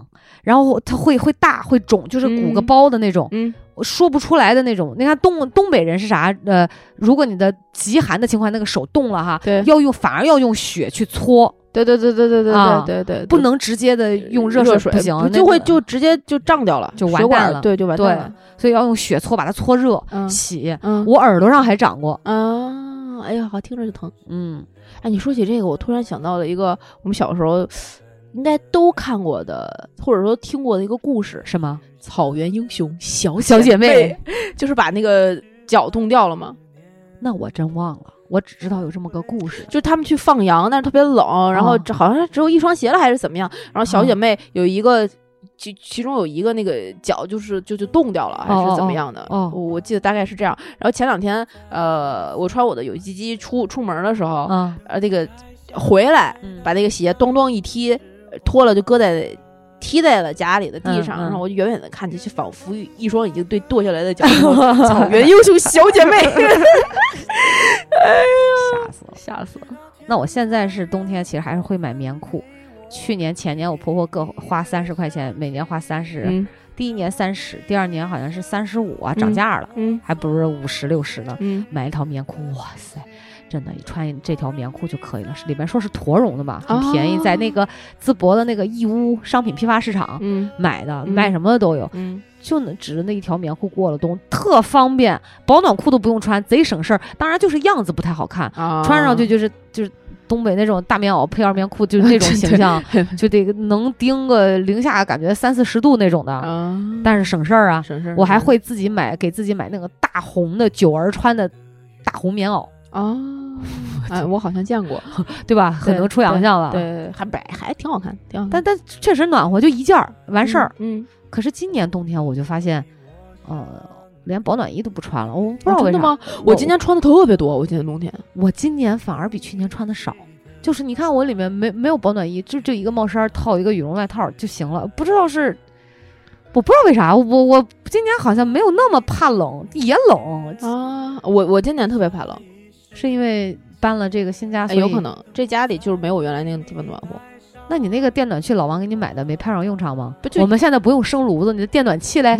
Speaker 1: 然后它会会大会肿，就是鼓个
Speaker 2: 嗯
Speaker 1: 包的那种，
Speaker 2: 嗯
Speaker 1: 我说不出来的那种。你看东东北人是啥？呃，如果你的极寒的情况下，那个手冻了哈，
Speaker 2: 对
Speaker 1: 要用反而要用血去搓，
Speaker 2: 对对对对对对
Speaker 1: 啊
Speaker 2: 对对对，
Speaker 1: 不能直接的用热
Speaker 2: 水
Speaker 1: 不行，那
Speaker 2: 就会
Speaker 1: 个
Speaker 2: 就直接就胀掉了，
Speaker 1: 就完
Speaker 2: 血管
Speaker 1: 蛋了
Speaker 2: 对，就完
Speaker 1: 对
Speaker 2: 蛋了。
Speaker 1: 所以要用血搓把它搓热、
Speaker 2: 嗯
Speaker 1: 洗。
Speaker 2: 嗯，
Speaker 1: 我耳朵上还长过，
Speaker 2: 啊，哎呀，好听着就疼。
Speaker 1: 嗯
Speaker 2: 哎，你说起这个，我突然想到了一个我们小时候应该都看过的，或者说听过的一个故事，
Speaker 1: 什么？
Speaker 2: 《草原英雄小
Speaker 1: 小姐妹
Speaker 2: 妹》，就是把那个脚冻掉了嘛。
Speaker 1: 那我真忘了，我只知道有这么个故事。
Speaker 2: 就是他们去放羊，但是特别冷，然后
Speaker 1: 哦
Speaker 2: 这好像只有一双鞋了还是怎么样，然后小
Speaker 1: 哦
Speaker 2: 姐妹有一个。其其中有一个那个脚就是就就冻掉了还
Speaker 1: 哦哦
Speaker 2: 是怎
Speaker 1: 哦
Speaker 2: 么样的，
Speaker 1: 哦
Speaker 2: 我我记得大概是这样。然后前两天呃，我穿我的有机机出出门的时候，
Speaker 1: 啊，
Speaker 2: 呃，那个回来
Speaker 1: 嗯
Speaker 2: 把那个鞋咚咚一踢，呃脱了就搁在踢在了家里的地上，
Speaker 1: 嗯嗯
Speaker 2: 然后我就远远的看见，就仿佛一双已经对剁下来的脚说， 草原英雄小姐妹，哎
Speaker 1: 吓死了。
Speaker 2: 吓死了。
Speaker 1: 那我现在是冬天，其实还是会买棉裤。去年、前年，我婆婆各花三十块钱，每年花三十、
Speaker 2: 嗯
Speaker 1: 第一年三十，第二年好像是三十五啊，涨价了，
Speaker 2: 嗯
Speaker 1: 还不是五十六十呢。
Speaker 2: 嗯
Speaker 1: 买一条棉裤，哇塞，真的，一穿这条棉裤就可以了。是里面说是驼绒的嘛，很便宜，
Speaker 2: 哦
Speaker 1: 在那个淄博的那个义乌商品批发市场。
Speaker 2: 嗯
Speaker 1: 买的
Speaker 2: 嗯
Speaker 1: 卖什么的都有，
Speaker 2: 嗯，
Speaker 1: 就那指着那一条棉裤过了冬，特方便，保暖裤都不用穿，贼省事儿。当然就是样子不太好看，
Speaker 2: 啊
Speaker 1: 穿上去就是就是东北那种大棉袄配二棉裤，就是那种 形象，就得能盯个零下感觉三四十度那种的，
Speaker 2: 啊，
Speaker 1: 但是省事儿啊。
Speaker 2: 省事儿
Speaker 1: 我还会自己买给自己买那个大红的九儿穿的大红棉袄，
Speaker 2: 啊，哎，我好像见过，
Speaker 1: 对吧？很
Speaker 2: 对
Speaker 1: 能出洋相吧？。
Speaker 2: 对，还摆还挺好看，挺好看，
Speaker 1: 啊但但确实暖和，就一件儿完事儿。
Speaker 2: 嗯，
Speaker 1: 可是今年冬天我就发现，呃，连保暖衣都不穿了。我不知
Speaker 2: 嗯，
Speaker 1: 道
Speaker 2: 哦
Speaker 1: 为
Speaker 2: 真
Speaker 1: 啥。
Speaker 2: 的吗？我今年穿的特别多，我今年冬天，
Speaker 1: 我今年反而比去年穿的少，就是你看我里面没没有保暖衣，就就一个帽衫儿套一个羽绒外套就行了。不知道是，我不知道为啥，我我今年好像没有那么怕冷，也冷，
Speaker 2: 啊，我我今年特别怕冷，
Speaker 1: 是因为搬了这个新家，
Speaker 2: 哎
Speaker 1: 啊所以、
Speaker 2: 有可。能这家里就是没有原来那个地方暖和。
Speaker 1: 那你那个电暖器老王给你买的没派上用场吗
Speaker 2: 不？就
Speaker 1: 我们现在不用生炉子，你的电暖 器嘞？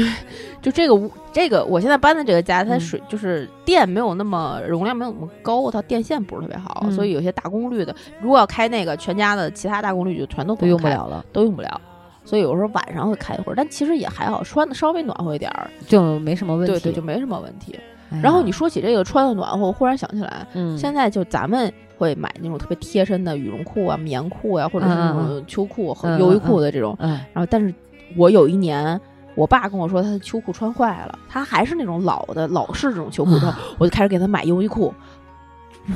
Speaker 2: 就这个屋，这个我现在搬的这个家，它
Speaker 1: 嗯
Speaker 2: 水、就是电没有那么容量没有那么高，它电线不是特别好，
Speaker 1: 嗯
Speaker 2: 所以有些大功率的，如果要开那个全家的其他大功率就全都
Speaker 1: 都用不
Speaker 2: 开，
Speaker 1: 了了，
Speaker 2: 都用不了。所以有时候晚上会开一会儿，但其实也还好，穿的稍微暖和一点儿，
Speaker 1: 就没什么问题。
Speaker 2: 对对，就没什么问题。
Speaker 1: 哎呀
Speaker 2: 然后你，说起这个穿的暖和，我忽然想起来，
Speaker 1: 嗯，
Speaker 2: 现在就咱们会买那种特别贴身的羽绒裤啊、棉裤啊，或者是那
Speaker 1: 嗯嗯
Speaker 2: 种秋裤、和
Speaker 1: 嗯嗯
Speaker 2: 优衣库的这种，
Speaker 1: 嗯，
Speaker 2: 然后，但是我有一年，我爸跟我说他的秋裤穿坏了，他还是那种老的老式这种秋裤， 之后我就开始给他买优衣库。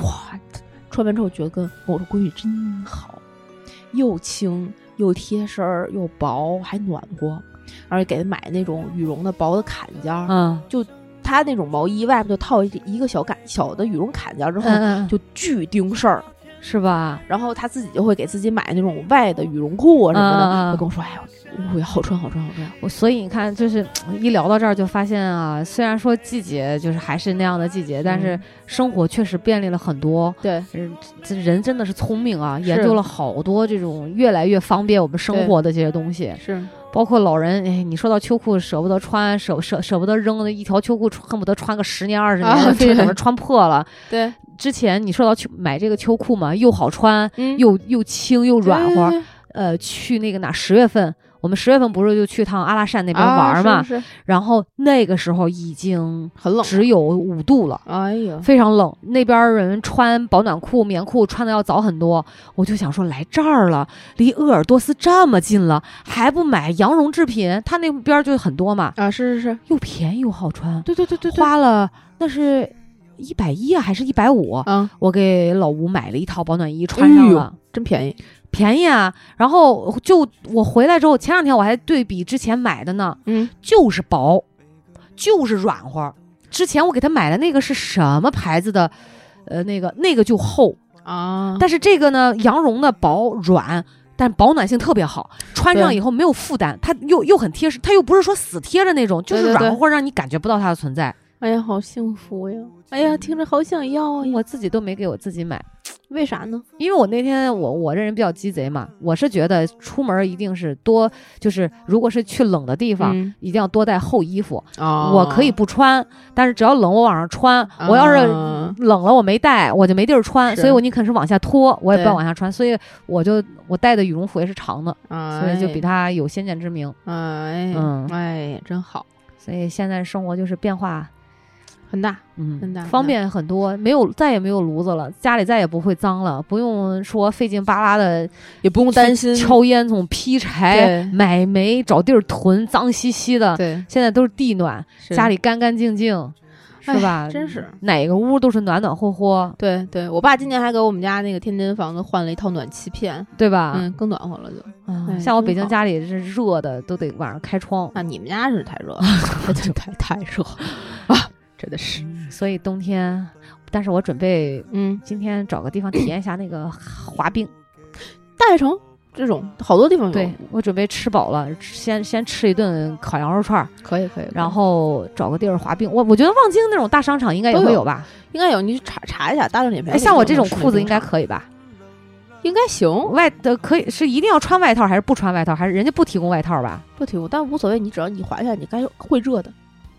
Speaker 2: 哇，穿完之后觉得跟我说闺女真好，又轻又贴身儿又薄还暖和，而且给他买那种羽绒的薄的坎肩儿，
Speaker 1: 嗯
Speaker 2: 他那种毛衣外面就套一一个小坎小的羽绒坎肩儿之
Speaker 1: 嗯
Speaker 2: 后。
Speaker 1: 嗯，
Speaker 2: 就巨盯事儿，
Speaker 1: 是吧？
Speaker 2: 然后他自己就会给自己买那种外的羽绒裤啊什么
Speaker 1: 嗯嗯嗯
Speaker 2: 的。他跟我说：“哎呀，我要好穿，好穿，好穿。”
Speaker 1: 我所以你看，就是一聊到这儿就发现啊，虽然说季节就是还是那样的季节，但是
Speaker 2: 嗯
Speaker 1: 生活确实便利了很多。
Speaker 2: 对，
Speaker 1: 嗯，这人真的是聪明啊，
Speaker 2: 是
Speaker 1: 研究了好多这种越来越方便我们生活的这些东西，
Speaker 2: 是
Speaker 1: 包括老人。哎，你说到秋裤舍不得穿，舍舍舍不得扔的一条秋裤，恨不得穿个十年二十年，
Speaker 2: 啊
Speaker 1: 非得
Speaker 2: 对
Speaker 1: 等着穿破了。
Speaker 2: 对，
Speaker 1: 之前你说到秋买这个秋裤嘛，又好穿，
Speaker 2: 嗯
Speaker 1: 又又轻又软和。
Speaker 2: 对对对
Speaker 1: 呃，去那个哪？十月份，我们十月份不是就去趟阿拉善那边玩儿嘛？
Speaker 2: 啊是是
Speaker 1: 然后那个时候已经
Speaker 2: 很冷。
Speaker 1: 只有五度了。
Speaker 2: 哎呀，
Speaker 1: 非常冷，那边儿人穿保暖裤、棉裤穿的要早很多。我就想说，来这儿了，离鄂尔多斯这么近了，还不买羊绒制品？他那边儿就很多嘛，
Speaker 2: 啊，是是是，
Speaker 1: 又便宜又好穿，
Speaker 2: 对对对对对，
Speaker 1: 花了那是一百一啊，还是一百五？
Speaker 2: 啊，
Speaker 1: 我给老吴买了一套保暖衣，穿上
Speaker 2: 哎呦
Speaker 1: 了。
Speaker 2: 真便宜。
Speaker 1: 便宜啊！然后就我回来之后，前两天我还对比之前买的呢，
Speaker 2: 嗯，
Speaker 1: 就是薄，就是软和。之前我给他买的那个是什么牌子的？呃，那个那个就厚，
Speaker 2: 啊，
Speaker 1: 但是这个呢，羊绒的薄软，但保暖性特别好，穿上以后没有负担，它又又很贴实，它又不是说死贴着那种，就是
Speaker 2: 对对
Speaker 1: 软
Speaker 2: 对
Speaker 1: 和和让你感觉不到它的存在。
Speaker 2: 哎呀，好幸福呀！哎呀，听着好想要呀。
Speaker 1: 哦我自己都没给我自己买，
Speaker 2: 为啥呢？
Speaker 1: 因为我那天我我这人比较鸡贼嘛，我是觉得出门一定是多，就是如果是去冷的地方，
Speaker 2: 嗯
Speaker 1: 一定要多带厚衣服。
Speaker 2: 啊
Speaker 1: 我可以不穿，但是只要冷我往上穿。我要是
Speaker 2: 啊
Speaker 1: 冷了我没带，我就没地儿穿，
Speaker 2: 是
Speaker 1: 所以我宁肯是往下拖，我也不要
Speaker 2: 对
Speaker 1: 往下穿。所以我就我带的羽绒服也是长的，所以就比
Speaker 2: 他
Speaker 1: 他有先见之明。
Speaker 2: 哎
Speaker 1: 嗯
Speaker 2: 哎真好，
Speaker 1: 所以现在生活就是变化。
Speaker 2: 很大
Speaker 1: 嗯
Speaker 2: 真的，
Speaker 1: 方便很多，没有再也没有炉子了，家里再也不会脏了，不用说费劲巴拉的
Speaker 2: 也不用担心
Speaker 1: 敲烟囱、劈柴、
Speaker 2: 对
Speaker 1: 买煤、找地儿囤，脏兮兮的。
Speaker 2: 对
Speaker 1: 现在都是地暖，
Speaker 2: 是
Speaker 1: 家里干干净净，是
Speaker 2: 哎
Speaker 1: 吧？嗯
Speaker 2: 真是
Speaker 1: 哪个屋都是暖暖和和，
Speaker 2: 对对，我爸今年还给我们家那个天津房子换了一套暖气片，
Speaker 1: 对吧？
Speaker 2: 嗯，更暖和了就。
Speaker 1: 啊
Speaker 2: 哎
Speaker 1: 像我
Speaker 2: 真
Speaker 1: 北京
Speaker 2: 好
Speaker 1: 家里是热的，都得晚上开窗，
Speaker 2: 那你们家是太热了， 太太太热了啊，真的是。
Speaker 1: 所以冬天，但是我准备
Speaker 2: 嗯，
Speaker 1: 今天找个地方体验一下那个滑冰。
Speaker 2: 大悦城这种好多地方有，
Speaker 1: 对我准备吃饱了，先先吃一顿烤羊肉串儿，
Speaker 2: 可以可以。可以
Speaker 1: 然后找个地儿滑冰。我我觉得望京那种大商场应该也
Speaker 2: 都
Speaker 1: 会
Speaker 2: 有
Speaker 1: 有吧？
Speaker 2: 应该有，你去查查一下大众点评
Speaker 1: 哎，
Speaker 2: 里
Speaker 1: 像
Speaker 2: 有
Speaker 1: 我
Speaker 2: 没
Speaker 1: 这
Speaker 2: 有
Speaker 1: 种
Speaker 2: 室内
Speaker 1: 裤子
Speaker 2: 冰
Speaker 1: 应该
Speaker 2: 场
Speaker 1: 可以吧？
Speaker 2: 应该行，
Speaker 1: 外的可以是一定要穿外套还是不穿外套？还是人家不提供外套吧？
Speaker 2: 不提供，但无所谓，你只要你滑下来，你该会热的。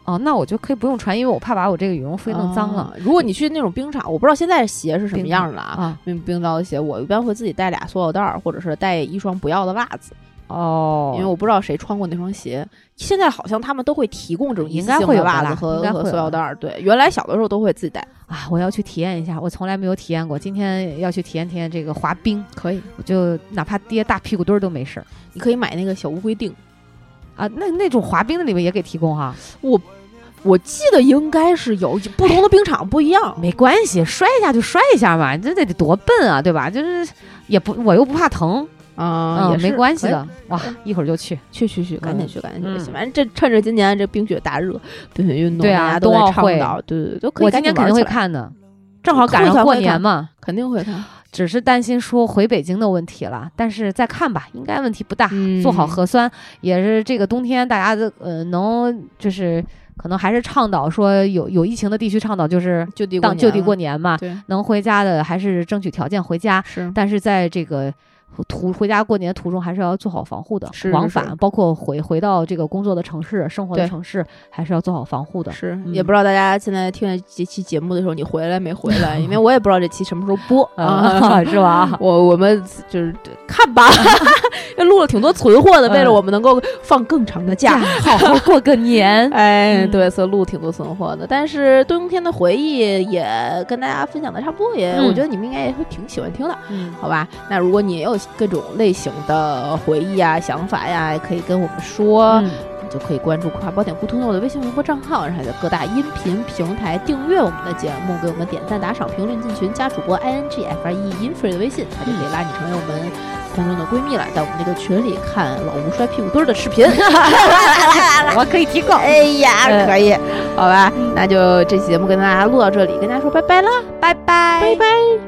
Speaker 1: 哦，那我就可以不用穿，因为我怕把我这个羽绒服给弄脏了
Speaker 2: 啊如果你去那种冰场，我不知道现在鞋是什么
Speaker 1: 冰
Speaker 2: 样的
Speaker 1: 啊
Speaker 2: 啊。冰冰刀的鞋，我一般会自己带俩塑料袋儿，或者是带一双不要的袜子，
Speaker 1: 哦，
Speaker 2: 因为我不知道谁穿过那双鞋。现在好像他们都会提供这种一
Speaker 1: 应
Speaker 2: 次
Speaker 1: 该
Speaker 2: 性
Speaker 1: 会有
Speaker 2: 的
Speaker 1: 的
Speaker 2: 袜
Speaker 1: 啦
Speaker 2: 子和
Speaker 1: 应该会
Speaker 2: 和
Speaker 1: 有
Speaker 2: 塑料
Speaker 1: 的
Speaker 2: 袋儿。对，原来小的时候都会自己带，
Speaker 1: 啊，我要去体验一下，我从来没有体验过，今天要去体验体验这个滑冰，
Speaker 2: 可以，
Speaker 1: 我就哪怕跌大屁股墩儿都没事儿
Speaker 2: 你可以买那个小乌龟腚。
Speaker 1: 啊。那那种滑冰的里面也给提供哈、
Speaker 2: 我记得应该是有不同的冰场不一样，
Speaker 1: 没关系，摔一下就摔一下嘛，这得得多笨啊，对吧？就是也不我又不怕疼，
Speaker 2: 啊，
Speaker 1: 嗯，
Speaker 2: 也
Speaker 1: 没
Speaker 2: 是
Speaker 1: 关系
Speaker 2: 可以
Speaker 1: 的，哇，一会儿就去。
Speaker 2: 去去去，赶紧
Speaker 1: 嗯
Speaker 2: 去，赶紧去！
Speaker 1: 嗯
Speaker 2: 反正这趁着今年这冰雪大热，冰雪运动
Speaker 1: 对啊
Speaker 2: 大家都
Speaker 1: 冬奥
Speaker 2: 在
Speaker 1: 会
Speaker 2: 倡导，对对对，都可以。
Speaker 1: 我今年肯定会，看的，正好赶上
Speaker 2: 会
Speaker 1: 过
Speaker 2: 看
Speaker 1: 年嘛，
Speaker 2: 肯定会看。
Speaker 1: 只是担心说回北京的问题了，但是再看吧，应该问题不大。
Speaker 2: 嗯
Speaker 1: 做好核酸也是这个冬天大家的呃能就是可能还是倡导说有有疫情的地区倡导就是
Speaker 2: 就地
Speaker 1: 当就地过
Speaker 2: 年
Speaker 1: 年嘛
Speaker 2: 了，，对，
Speaker 1: 能回家的还是争取条件回家，
Speaker 2: 是
Speaker 1: 但是在这个。途回家过年途中还是要做好防护的，
Speaker 2: 是是
Speaker 1: 往
Speaker 2: 是
Speaker 1: 返包括回回到这个工作的城市、生活的
Speaker 2: 对
Speaker 1: 城市，还是要做好防护的。
Speaker 2: 是，
Speaker 1: 嗯
Speaker 2: 也不知道大家现在听这期节目的时候，你回来没回 来？因为我也不知道这期什么时候播啊。
Speaker 1: 呃是吧？
Speaker 2: 我我们就是看 吧， 因为录了挺多存货的，为了
Speaker 1: 嗯
Speaker 2: 我们能够放更长的假。
Speaker 1: 好好过 个年。
Speaker 2: 哎，
Speaker 1: 嗯
Speaker 2: 对，所以录挺多存货的，但是冬天的回忆也跟大家分享的差不多，也、我
Speaker 1: 嗯
Speaker 2: 觉得你们应该也会挺喜欢听的。
Speaker 1: 嗯，
Speaker 2: 好吧，那如果你也有各种类型的回忆啊、想法呀、也可以跟我们说，
Speaker 1: 嗯
Speaker 2: 你就可以关注“葵花宝典不通的我的微信微博账号，然后在各大音频平台订阅我们的节目，给我们点赞、打赏、评论、进群，加主播 i n g f r e infree 的微信，他就可以拉你成为我们空中的闺蜜了，在我们这个群里看老吴摔屁股墩儿的视频。
Speaker 1: 我可以提供。
Speaker 2: 哎呀，
Speaker 1: 嗯
Speaker 2: 可以，好吧，那就这期节目跟大家录到这里，跟大家说拜拜啦，拜拜，拜拜。